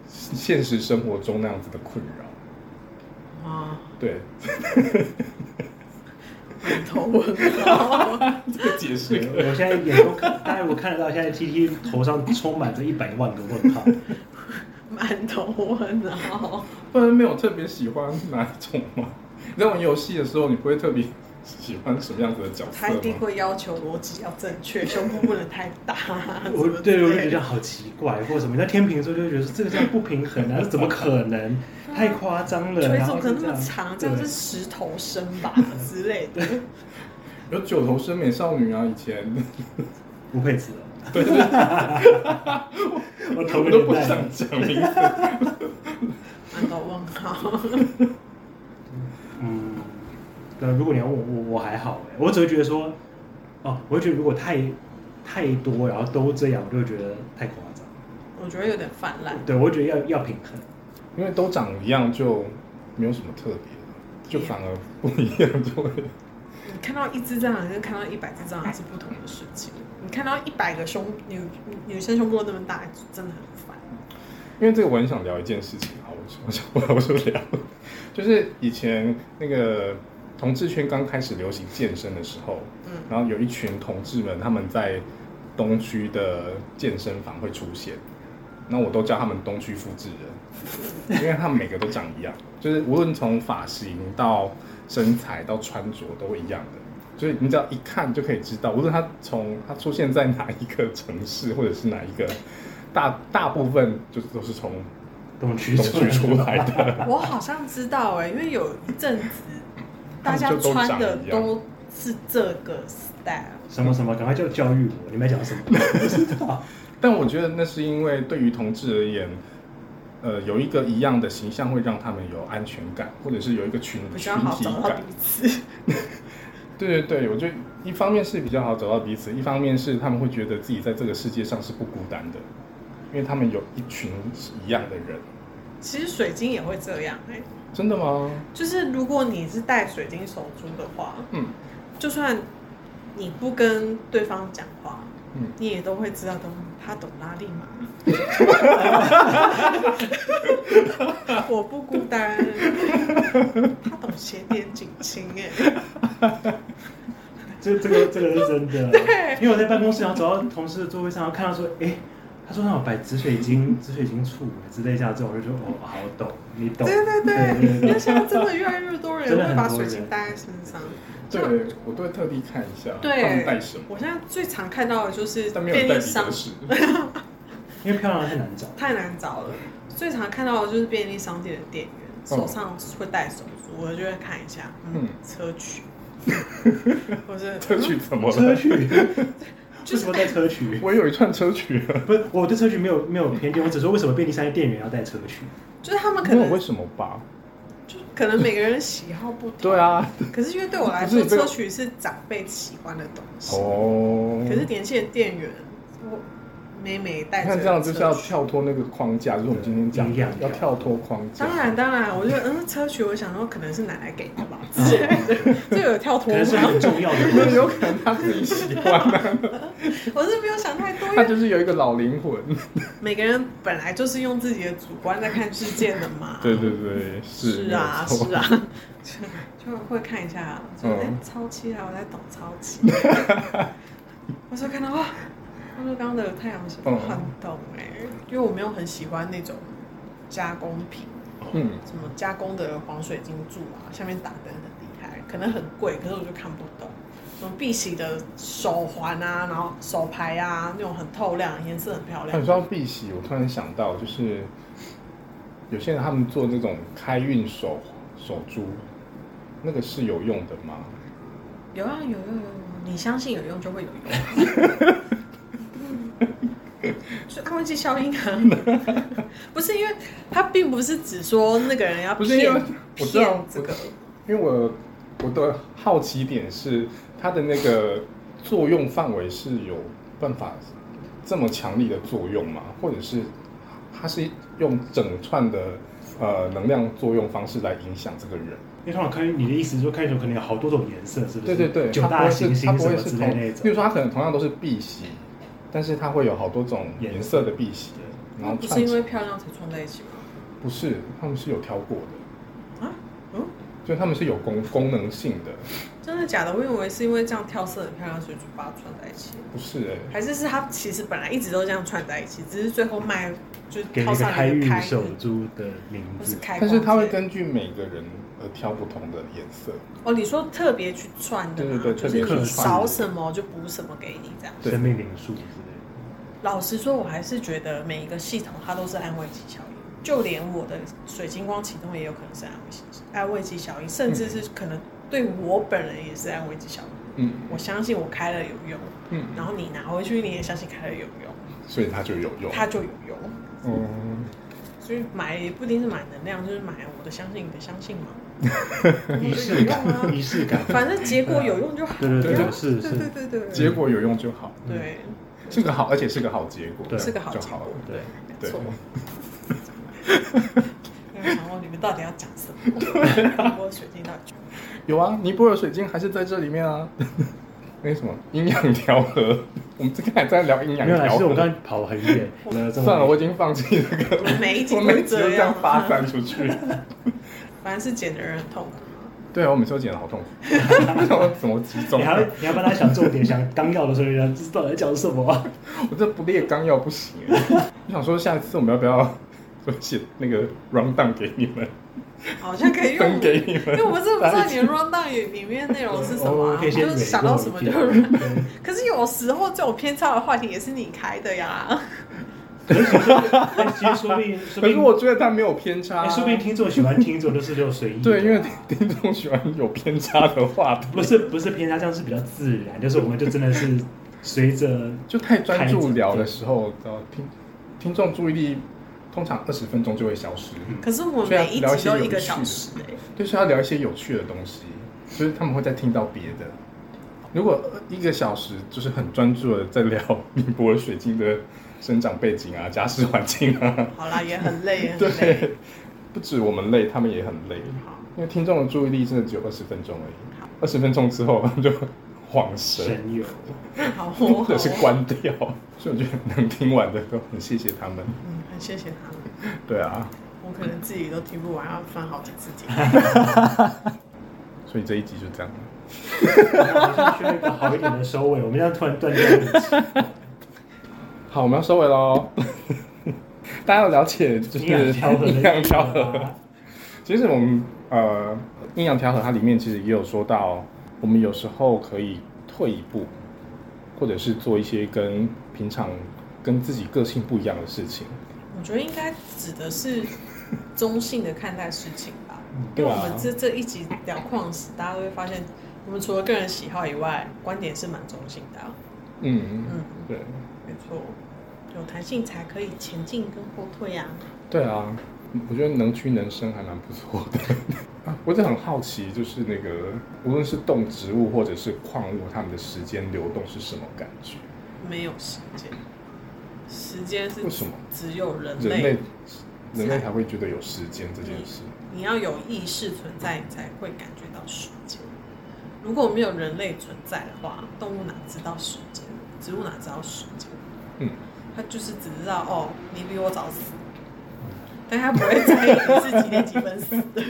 S1: 现实生活中那样子的困扰。
S2: 啊，
S1: 对，
S2: 满头问号，
S1: 这个解释可
S3: 对，
S1: 以。
S3: 我现在眼中看，大家我看得到，现在 T T 头上充满着一百万个 问号。
S2: 满头 问号。
S1: 不然没有特别喜欢哪一种吗？ 你在玩游戏的时候，你不会特别喜欢什么样子的角色
S2: 他一定
S1: 吗？
S2: 会要求逻辑要正确，胸部不能太大。
S3: 我对我就觉
S2: 这
S3: 得好奇怪，或者什么？那天秤座就觉得这个叫不平衡啊，这怎么可能？太夸张了。
S2: 锤
S3: 然
S2: 子
S3: 后
S2: 可能
S3: 就
S2: 那么
S3: 样
S2: 长，这样
S3: 对
S2: 是石头深吧之类的。
S1: 有九头身美少女啊，以前
S3: 不配吃哦。
S1: 对 对
S3: 我同
S1: 我
S3: 个
S1: 都不
S3: 年代
S1: 想讲名字。
S2: 满头问号。
S3: 嗯，那如果你要问我，我我还好哎，我只会觉得说，哦，我会觉得如果太太多，然后都这样，我就会觉得太夸张。
S2: 我觉得有点泛滥。
S3: 对，我会觉得要要平衡。
S1: 因为都长一样，就没有什么特别的，就反而不一样，就会
S2: 你看到一只蟑螂跟看到一百只蟑螂是不同的事情。你看到一百个胸女女生胸部那么大，真的很烦。
S1: 因为这个我很想聊一件事情啊，我说我想我我说聊，就是以前那个同志圈刚开始流行健身的时候，
S2: 嗯
S1: 然后有一群同志们他们在东区的健身房会出现，那我都叫他们东区复制人，因为他们每个都长一样，就是无论从发型到身材到穿着都一样的，就是你只要一看就可以知道，无论他从他出现在哪一个城市或者是哪一个大大部分就是都是从
S3: 东区
S1: 东区出来的。
S2: 我好像知道哎、因为有一阵子
S1: 他
S2: 大
S1: 们
S2: 家
S1: 就都
S2: 穿
S1: 长
S2: 的
S1: 一样
S2: 都是这个 style。
S3: 什么什么，赶快就教育我，你们在 讲什么？我不知道。
S1: 但我觉得那是因为对于同志而言，呃，有一个一样的形象会让他们有安全感，或者是有一个群
S2: 比
S1: 群
S2: 较好
S1: 体
S2: 找到
S1: 感
S2: 彼。此，
S1: 对对对，我觉得一方面是比较好找到彼此，一方面是他们会觉得自己在这个世界上是不孤单的，因为他们有一群是一样的人。
S2: 其实水晶也会这样哎、
S1: 真的吗？
S2: 就是如果你是戴水晶手珠的话，
S1: 嗯
S2: 就算你不跟对方讲话，
S1: 嗯，
S2: 你也都会知道懂他懂拉力 嘛。我不孤单，他懂斜点警情哎，
S3: 这这个这个是真的
S2: 对，
S3: 因为我在办公室，然后走到同事的座位上，然后看到说，哎、他桌上有摆紫水
S2: 嗯
S3: 晶、紫水晶醋之类下之后，我就觉得哦，好懂，你懂，
S2: 对对对，
S3: 对
S2: 因为现在真的越来越多人
S3: 真的很
S2: 会把
S3: 多
S2: 水
S3: 人
S2: 晶戴在身上。
S1: 对，我都会特地看一下他们
S2: 对
S1: 带什么，，
S2: 我现在最常看到的就是
S1: 但没有
S2: 便
S1: 带
S2: 利
S1: 彼
S2: 商
S1: 得是。
S3: 因为漂亮的太难找。
S2: 太难找了。最常看到的就是便利商店的店员手上会戴手镯，我就会看一下，嗯
S1: 嗯，
S2: 车 曲，嗯我是
S1: 车曲怎么
S3: 车
S1: 了？
S3: 曲，为什么带车曲？
S1: 我有一串车曲了，
S3: 不是，我对车曲没有没有偏见，我只说为什么便利商店店员要带车曲？
S2: 就是他们可
S1: 没有
S2: 能
S1: 为什么吧？
S2: 就可能每个人喜好不同，
S1: 对。啊，
S2: 可是因为对我来
S1: 不是
S2: 说，
S1: 你这个
S2: 车曲是长辈喜欢的东西，
S1: 哦，
S2: 可是年轻的店员，我每每戴
S1: 你
S2: 着
S1: 看这样就是要
S2: 车曲
S1: 跳脱那个框架，就是我们今天讲
S3: 一样一
S1: 要
S3: 样
S1: 跳脱框架。
S2: 当然，当然，我觉得嗯，车曲，我想说可能是奶奶给的吧， 之类的，这有跳
S3: 啊可
S2: 脱
S3: 能是
S2: 吗？
S3: 很重要的
S1: 没
S3: 东
S1: 有
S3: 西。
S1: 有可能 他自己喜欢啊，
S2: 我是没有想太多，因
S1: 他
S2: 为
S1: 就是有一个老灵魂。
S2: 每个人本来就是用自己的主观在看世界的嘛。
S1: 对对对，是
S2: 是啊，
S1: 没有错
S2: 是啊， 就就会看一下，就哎、
S1: 嗯
S2: 超期啊，我在懂超期。 我说看到哇，他说刚刚的太阳神
S1: 嗯
S2: 很懂哎、因为我没有很喜欢那种加工品，
S1: 嗯，
S2: 什么加工的黄水晶柱啊，下面打灯很厉害，可能很贵，可是我就看不懂。什么碧玺的手环啊，然后手牌啊，那种很透亮，颜色很漂
S1: 那
S2: 亮
S1: 你。说到碧玺，我突然想到，就是有些人他们做那种开运手手珠，那个是有用的吗？
S2: 有啊有有有有，你相信有用就会有用。 就安慰剂效应啊， 不是因为他并不是只说那个人要
S1: 不是因
S2: 啊
S1: 为
S2: 骗
S1: 我知道
S2: 骗这个，
S1: 因为我我的好奇点是它的那个作用范围是有办法这么强力的作用吗？或者是它是用整串的呃能量作用方式来影响这个人？
S3: 因为通常看你的意思是说，看一种可能有好多种颜色，是不
S1: 对
S3: 是？
S1: 对对，
S3: 九
S1: 它不
S3: 大
S1: 会
S3: 行
S1: 是它不
S3: 星什
S1: 会
S3: 么
S1: 是
S3: 之
S1: 同，
S3: 类那
S1: 比
S3: 种。
S1: 如说它可能同样都是碧玺，但是它会有好多种颜色的碧玺，然
S2: 那
S1: 后
S2: 嗯哦不
S1: 串
S2: 是因
S1: 起
S2: 为
S1: 来
S2: 漂亮才撞在一起吗？
S1: 不是，他们是有挑过的，
S2: 啊，嗯，
S1: 就他们是有功功能性的，
S2: 真的假的？我以为是因为这样跳色很漂亮，所以就把它串在一起，
S1: 不是哎、
S2: 还是是他其实本来一直都这样串在一起，只是最后卖就是
S3: 给
S2: 套
S3: 那个
S2: 上
S3: 开
S2: 一
S3: 运
S2: 个开
S3: 手珠的名
S2: 不是
S3: 字，
S2: 开
S1: 但
S2: 光戒，
S1: 是它会根据每个人而挑不同的颜色。
S2: 哦，你说特别去串的吗？
S1: 对对对
S2: 就
S1: 特
S2: 是
S1: 别
S2: 你
S1: 去串
S2: 少什么就补什么给你这样。
S1: 对
S3: 生命灵数之类
S2: 老实说，我还是觉得每一个系统它都是安慰剂效应，就连我的水晶光启动也有可能是安慰剂安慰剂效应，甚
S3: 嗯
S2: 至是可能对我本人也是安慰剂效应。
S1: 嗯
S2: 我相信我开了有用，
S1: 嗯，
S2: 然后你拿回去你也相信开了有用，
S1: 所以它就有用。
S2: 它就有用。
S1: 嗯，
S2: 所以买也不一定是买能量，就是买我的相信你的相信嘛，
S3: 的，仪
S2: 有
S3: 式
S2: 用啊
S3: 感，。仪 式感，
S2: 反正结果有用就好。
S3: 对对对
S2: 啊
S3: 是是
S2: 对对对对，
S1: 结果有用就好，
S2: 对。
S1: 是个好，而且是个好结果，
S3: 对
S2: 是个好
S1: 就
S2: 结
S1: 好
S2: 果
S1: 了。，
S3: 对，
S1: 对
S2: 没错。我想问你们到底要讲什么？我水晶到底
S1: 有啊，尼泊尔水晶还是在这里面啊。 没什么阴阳调和， 我们这个还在聊阴阳
S3: 没有啦，
S1: 调
S3: 其实我
S1: 和。
S3: 刚才跑很远，呃这 么
S1: 算了，我已经放弃这个，
S2: 每一集
S1: 我
S2: 都
S1: 每
S2: 是
S1: 集都
S2: 这
S1: 这
S2: 样
S1: 样发，散出去。
S2: 反正是剪的人很痛苦。
S1: 对啊，我每次都剪得好痛苦，为什么怎么集中
S3: 你？还会你还帮他想重点，想纲要的时候，人家知道在讲什么啊、
S1: 我这不列纲要不行。我想说，下次我们要不要就写那个 round down 给你们，
S2: 好像可以 用，
S1: 分给你
S2: 因为
S1: 们？
S2: 我们真的不知道你的 round down 里里面内容是什么、
S3: 哦
S2: 啊，
S3: 可以
S2: 你
S3: 先
S2: 就
S3: 蕊
S2: 想到什么就
S3: 过一
S2: run。可 是有时候这种偏差的话题也是你开的呀。
S3: 但哎其实说不定，说不
S1: 可是
S3: 定，
S1: 我觉得他没有偏差
S3: 哎
S1: 啊，
S3: 说不定听众喜欢听众都是这种随意的啊。
S1: 对，因为听听众喜欢有偏差的话题，
S3: 不是不是偏差，这样是比较自然，就是我们就真的是随着
S1: 就太专注聊的时候，呃，听听众注意力通常二十分钟就会消失。
S2: 可是我
S1: 所以要
S2: 每一
S1: 聊一
S2: 集
S1: 些
S2: 都
S1: 有
S2: 一个
S1: 趣
S2: 小
S1: 的
S2: 时哎、
S1: 就是要聊一些有趣的东西，就是他们会再听到别的。如果呃一个小时就是很专注的在聊尼泊尔水晶的生长背景啊、家世环境啊，
S2: 好啦，也很累，也很累。
S1: 对， 不止我们累，他们也很累，因为听众的注意力真的只有二十分钟而已，二十分钟之后 他们就晃神，
S3: 神游。
S2: 好，好
S1: 或
S2: 哦，
S1: 者是关掉，所以我觉得能听完的都很谢谢他们。
S2: 嗯，很谢谢他们，
S1: 对啊，
S2: 我可能自己都听不完，要翻好几次听。
S1: 所以这一集就这样。
S3: 好像需要一个好一点的收尾，我们这样突然断掉了。
S1: 好，我们要收尾 喽。大家要了解，就是
S3: 阴阳调和的
S1: 阴阳调和。
S3: 啊
S1: 其实我们呃，阴阳调和它里面其实也有说到，我们有时候可以退一步，或者是做一些跟平常跟自己个性不一样的事情，
S2: 我觉得应该指的是中性的看待事情吧，因
S1: 嗯对啊
S2: 为
S1: 吧、
S2: 我们这这一集聊矿石，大家都会发现，我们除了个人喜好以外，观点是蛮中性的、啊。
S1: 嗯，
S2: 嗯，
S1: 对，
S2: 没错，有弹性才可以前进跟后退啊。
S1: 对啊，我觉得能屈能伸还蛮不错的。啊 我一直很好奇，就是那个无论是动植物或者是矿物，它们的时间流动是什么感觉？
S2: 没有时间，时间是
S1: 为什么
S2: 只有人
S1: 人
S2: 类
S1: 类人类才会觉得有时间这件事。
S2: 你要有意识存在，你才会感觉到时间。如果没有人类存在的话，动物哪知道时间？植物哪知道时间？
S1: 嗯，
S2: 它就是只知道 哦，你比我早死，但它不会在意你是几点几分死的。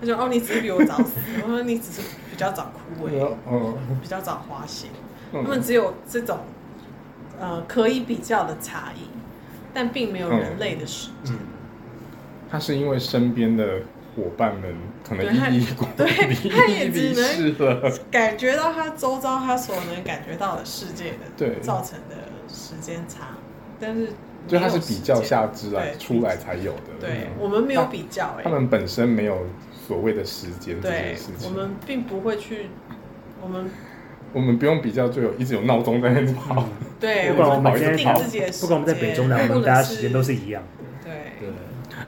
S2: 它就哦，你只是比我早死，我说你只是比较早枯
S1: 对
S2: 萎，
S1: 啊嗯，
S2: 比较早花谢。
S1: 嗯
S2: 他们只有这种呃可以比较的差异，但并没有人类的时间。
S3: 嗯，
S1: 他是因为身边的伙伴们可能
S2: 对他
S1: 一一过
S2: 对
S1: 离
S2: 他也只
S1: 离
S2: 能
S1: 世了，
S2: 感觉到他周遭他所能感觉到的世界的
S1: 对
S2: 造成的时间差，但是
S1: 就他
S2: 没
S1: 是
S2: 有
S1: 比
S2: 时
S1: 较
S2: 间
S1: 下肢啊
S2: 对
S1: 出来才有的。
S2: 对
S1: 嗯
S2: 我们没有比较哎、
S1: 他们本身没有所谓的时间这件
S2: 对
S1: 事
S2: 我
S1: 情，
S2: 们并不会去，我们
S1: 我们不用比较，就有一直有闹钟在那
S2: 嗯
S1: 跑。
S2: 对
S3: 不管我
S2: 我
S3: 们
S2: 们
S1: 今
S3: 现
S1: 天
S2: 不定
S3: 在
S2: 自己的时间，
S3: 不管我们在北中南，我们大家时间都
S2: 是
S3: 是一样。
S2: 对，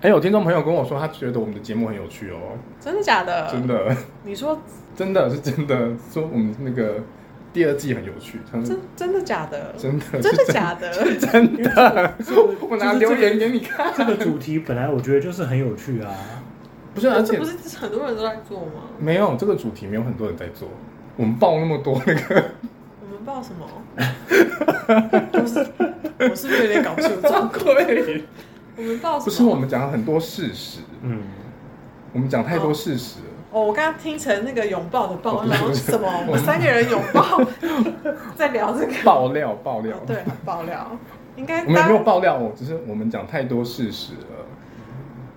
S1: 哎，有听众朋友跟我说，他觉得我们的节目很有趣哦，
S2: 真的假的？
S1: 真，的，
S2: 你说
S1: 真的是真的，说我们那个第二季很有趣，他
S2: 真
S1: 说
S2: 真的假的？
S1: 真的
S2: 真
S1: 是
S2: 的假 的？
S1: 真 的， 我拿
S3: 就是
S1: 留
S3: 这个
S1: 言给你看。
S3: 这个主题本来我觉得就是很有趣啊，
S1: 不是，而
S2: 这
S1: 且
S2: 不是很多人都在做吗？
S1: 没有这个主题，没有很多人在做。我们报那么多那个，
S2: 我们报什么？我是我是不是有点搞不清楚状况？我们报什么？
S1: 不是我们讲了很多事实，
S3: 嗯，
S1: 我们讲太多事实 了。
S2: 哦，我刚刚听成那个拥抱的抱，
S1: 哦
S2: 然后什么？我们三个人拥 抱，在聊这个。
S1: 爆料爆料
S2: 哦，对，爆料，应该
S1: 我们也
S2: 大
S1: 没有爆料哦，只是我们讲太多事实了。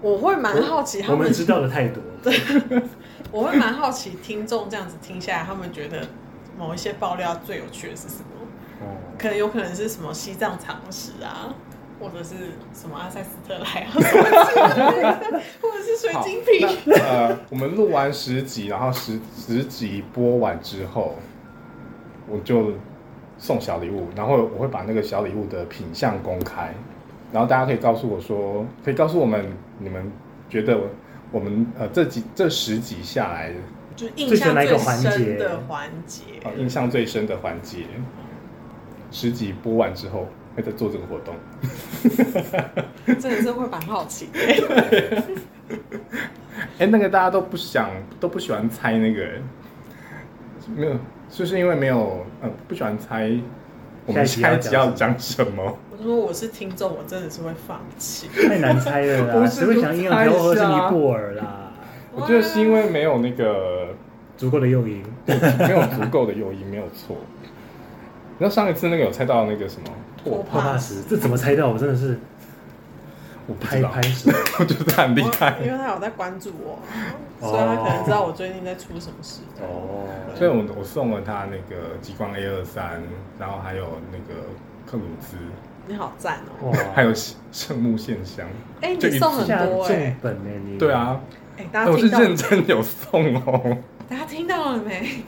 S2: 我会蛮好奇他
S3: 我
S2: 们
S3: 们，知道的太多。
S2: 我会蛮好奇听众这样子听下来，他们觉得某一些爆料最有趣的是什么？
S3: 哦，
S2: 可能有可能是什么西藏常识啊，或者是什么阿塞斯特莱啊，什么之类的，或者是水
S1: 好
S2: 晶瓶。
S1: 那呃，我们录完十集，然后十十集播完之后，我就送小礼物，然后我会把那个小礼物的品相公开，然后大家可以告诉我说，可以告诉我们你们觉得我们呃这几这十集下来，
S2: 就是印
S3: 最喜欢
S2: 象
S3: 哪一
S2: 最
S3: 个环
S2: 深
S3: 节
S2: 的环节。
S1: 呃印象最深的环节，十集播完之后会再做这个活动。
S2: 真的是会蛮好奇的。
S1: 哎、那个大家都不想，都不喜欢猜那个，没有，就是因为没有，呃，不喜欢猜。我们
S3: 下
S1: 下
S3: 一
S1: 一
S3: 集
S1: 集
S3: 要
S1: 要
S3: 讲
S1: 讲什么？
S2: 我说我是听众，我真的是会放弃。
S3: 太难猜了啦，
S1: 不是
S3: 谁会想阴阳调和是尼泊尔啦？
S1: 我觉得是因为没有那个
S3: 足够的诱因。
S1: 没有足够的诱因，没有错。然后上一次那个有猜到那个什么 拓
S2: 拓
S1: 扑，
S3: 帕帕斯，这怎么猜到？我真的是
S1: 我不知
S3: 拍
S1: 道
S3: 拍，手。
S1: 我觉得很厉害
S2: 我。因为他有在关注我，
S3: 哦
S2: 所以他可能知道我最近在出什么事。
S3: 哦，
S1: 所以我我送了他那个极光 A 二三，然后还有那个克鲁兹，
S2: 你好赞哦！
S3: 哇
S1: 还有圣木线香。
S2: 哎，
S1: 就
S2: 你
S1: 一
S2: 送很
S3: 下
S2: 多哎
S3: 重，本呢、你
S1: 对，啊，
S3: 嗯
S2: 哎，大家
S1: 我是
S2: 听到
S1: 认真有送哦。
S2: 大家听到了没？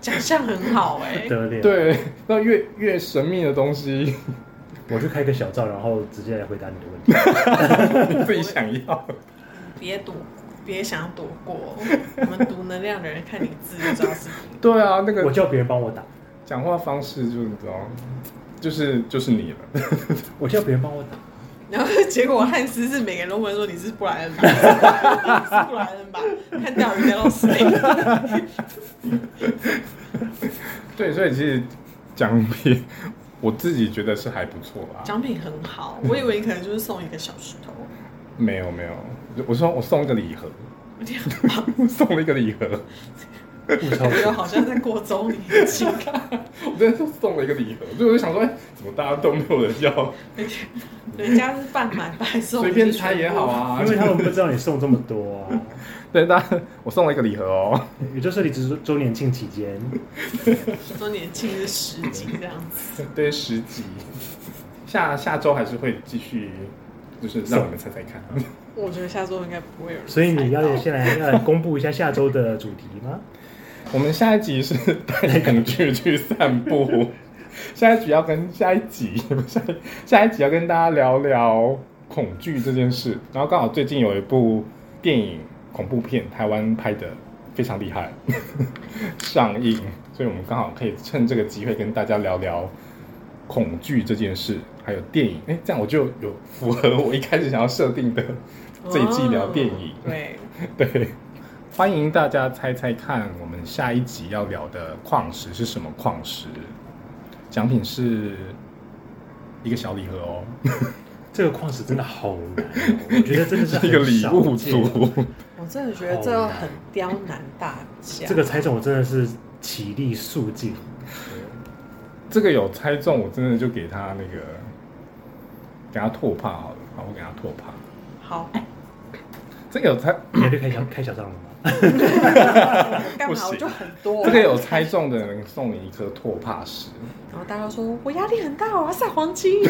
S2: 奖项很好哎
S3: 不，得了。，
S1: 对，那越越神秘的东西，
S3: 我去开个小灶，然后直接来回答你的问 题。
S1: 你自己想要。
S2: 别躲，别想躲过。我们读能量的人看你字就知道是你。
S1: 对啊，那
S3: 我
S1: 个
S3: 叫别人帮我打，
S1: 讲话方式就是你知道，就是就是你了。
S3: 我叫别人帮我打。
S2: 然后结果汉斯是每个人都问说你是布莱恩吧， 你是布莱恩吧？看钓鱼的都 是你。
S1: 对，所以其实奖品我自己觉得是还不错啦。
S2: 奖品很好，我以为你可能就是送一个小石头，
S1: 没有没有，我说我送一个礼盒，
S2: 有点很棒。
S1: 送了一个礼盒，
S3: 物超
S2: 感 觉
S3: 所
S2: 啊好像在过周年庆，
S1: 我真的是送了一个礼盒，所以我就想说，哎、怎么大家都没有人要？
S2: 人家是半买半送，
S1: 随便猜也好
S2: 你
S1: 啊，
S2: 是
S3: 因为他们不知道你送这么多啊。
S1: 对，大家我送了一个礼盒哦。
S3: 也就是你只是周年庆期间，
S2: 全部周年庆是十几这样子。
S1: 对，十集，下下周还是会继续，就是让你们猜猜看。
S2: 我觉得下周应该不会有人猜到，
S3: 所以你要先来要来公布一下下周的主题吗？
S1: 我们下一集是带影剧去散步，下一集要跟下一集下一下一集要跟大家聊聊恐惧这件事。然后刚好最近有一部电影恐怖片，台湾拍的非常厉害，上映，所以我们刚好可以趁这个机会跟大家聊聊恐惧这件事，还有电影。哎，这样我就有符合我一开始想要设定的这一季聊电影。
S2: 哦 对，
S1: 对，欢迎大家猜猜看，我们下一集要聊的矿石是什么矿石？奖品是一个小礼盒 哦，
S3: 这个矿石真的好难、哦，我觉得真的是 很
S1: 一个礼
S3: 少
S1: 物
S3: 见
S1: 组。
S2: 我真的觉得这很刁难大家。
S3: 这个猜中我真的是起立肃静，
S1: 这个有猜中，我真的就给他那个，给他拓帕好了，好，我给他拓帕。
S2: 好，
S1: 这个有 猜，
S3: 你要去开小开小账了吗？
S2: 干
S1: 不
S2: 嘛
S1: 行
S2: 我就很多，
S1: 这个有猜中的人送你一颗拓帕石。
S2: 然后大家说我压力很大，我要晒黄金。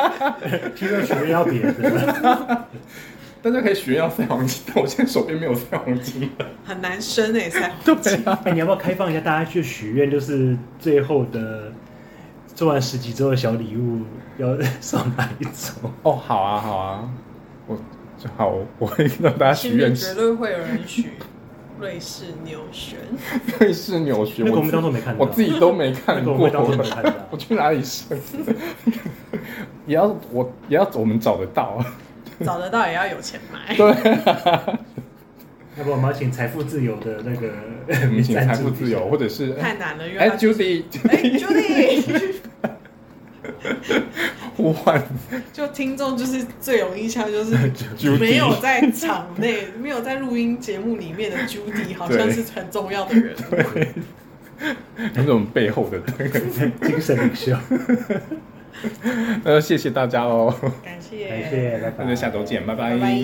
S3: 听说许愿要别的，
S1: 大家可以许愿要赛黄金，但我现在手边没有赛黄金了。
S2: 很难生哎、欸，塞
S3: 哎，你要不要开放一下大家去许愿？就是最后的做完十集之后的小礼物要送哪一种？
S1: 哦，好啊，好啊，我好，我会让大家许
S2: 心
S1: 愿
S2: 里
S1: 池
S2: 绝对会有人许瑞士牛旋，
S1: 瑞士扭曲，
S3: 那个我
S1: 自
S3: 们当做没看到，
S1: 我自己都没
S3: 那
S1: 看
S3: 个
S1: 过
S3: 我，们当做没看到。
S1: 我去哪里生？也要我也要我们找得到，啊
S2: 找得到也要有钱 买。
S3: 要不我们要请财富自由的那个
S1: 我们嗯请财
S3: 赞助
S1: 富自由，或
S3: 者
S1: 者是
S2: 太难了，因为
S1: 哎
S2: 他 就
S1: Judy
S2: 哎 Judy，
S1: 呼唤
S2: 就听众就是最有印象就是
S1: Judy
S2: 没有在场内、没有在录音节目里面的 Judy，好像是很重要的人。
S1: 那种背后的 灯。
S3: 精神领 袖，
S1: 呃，谢谢大家哦，哦
S2: 感
S3: 感
S2: 谢，
S3: 谢，拜拜，
S1: 那就下周见，拜
S2: 拜拜。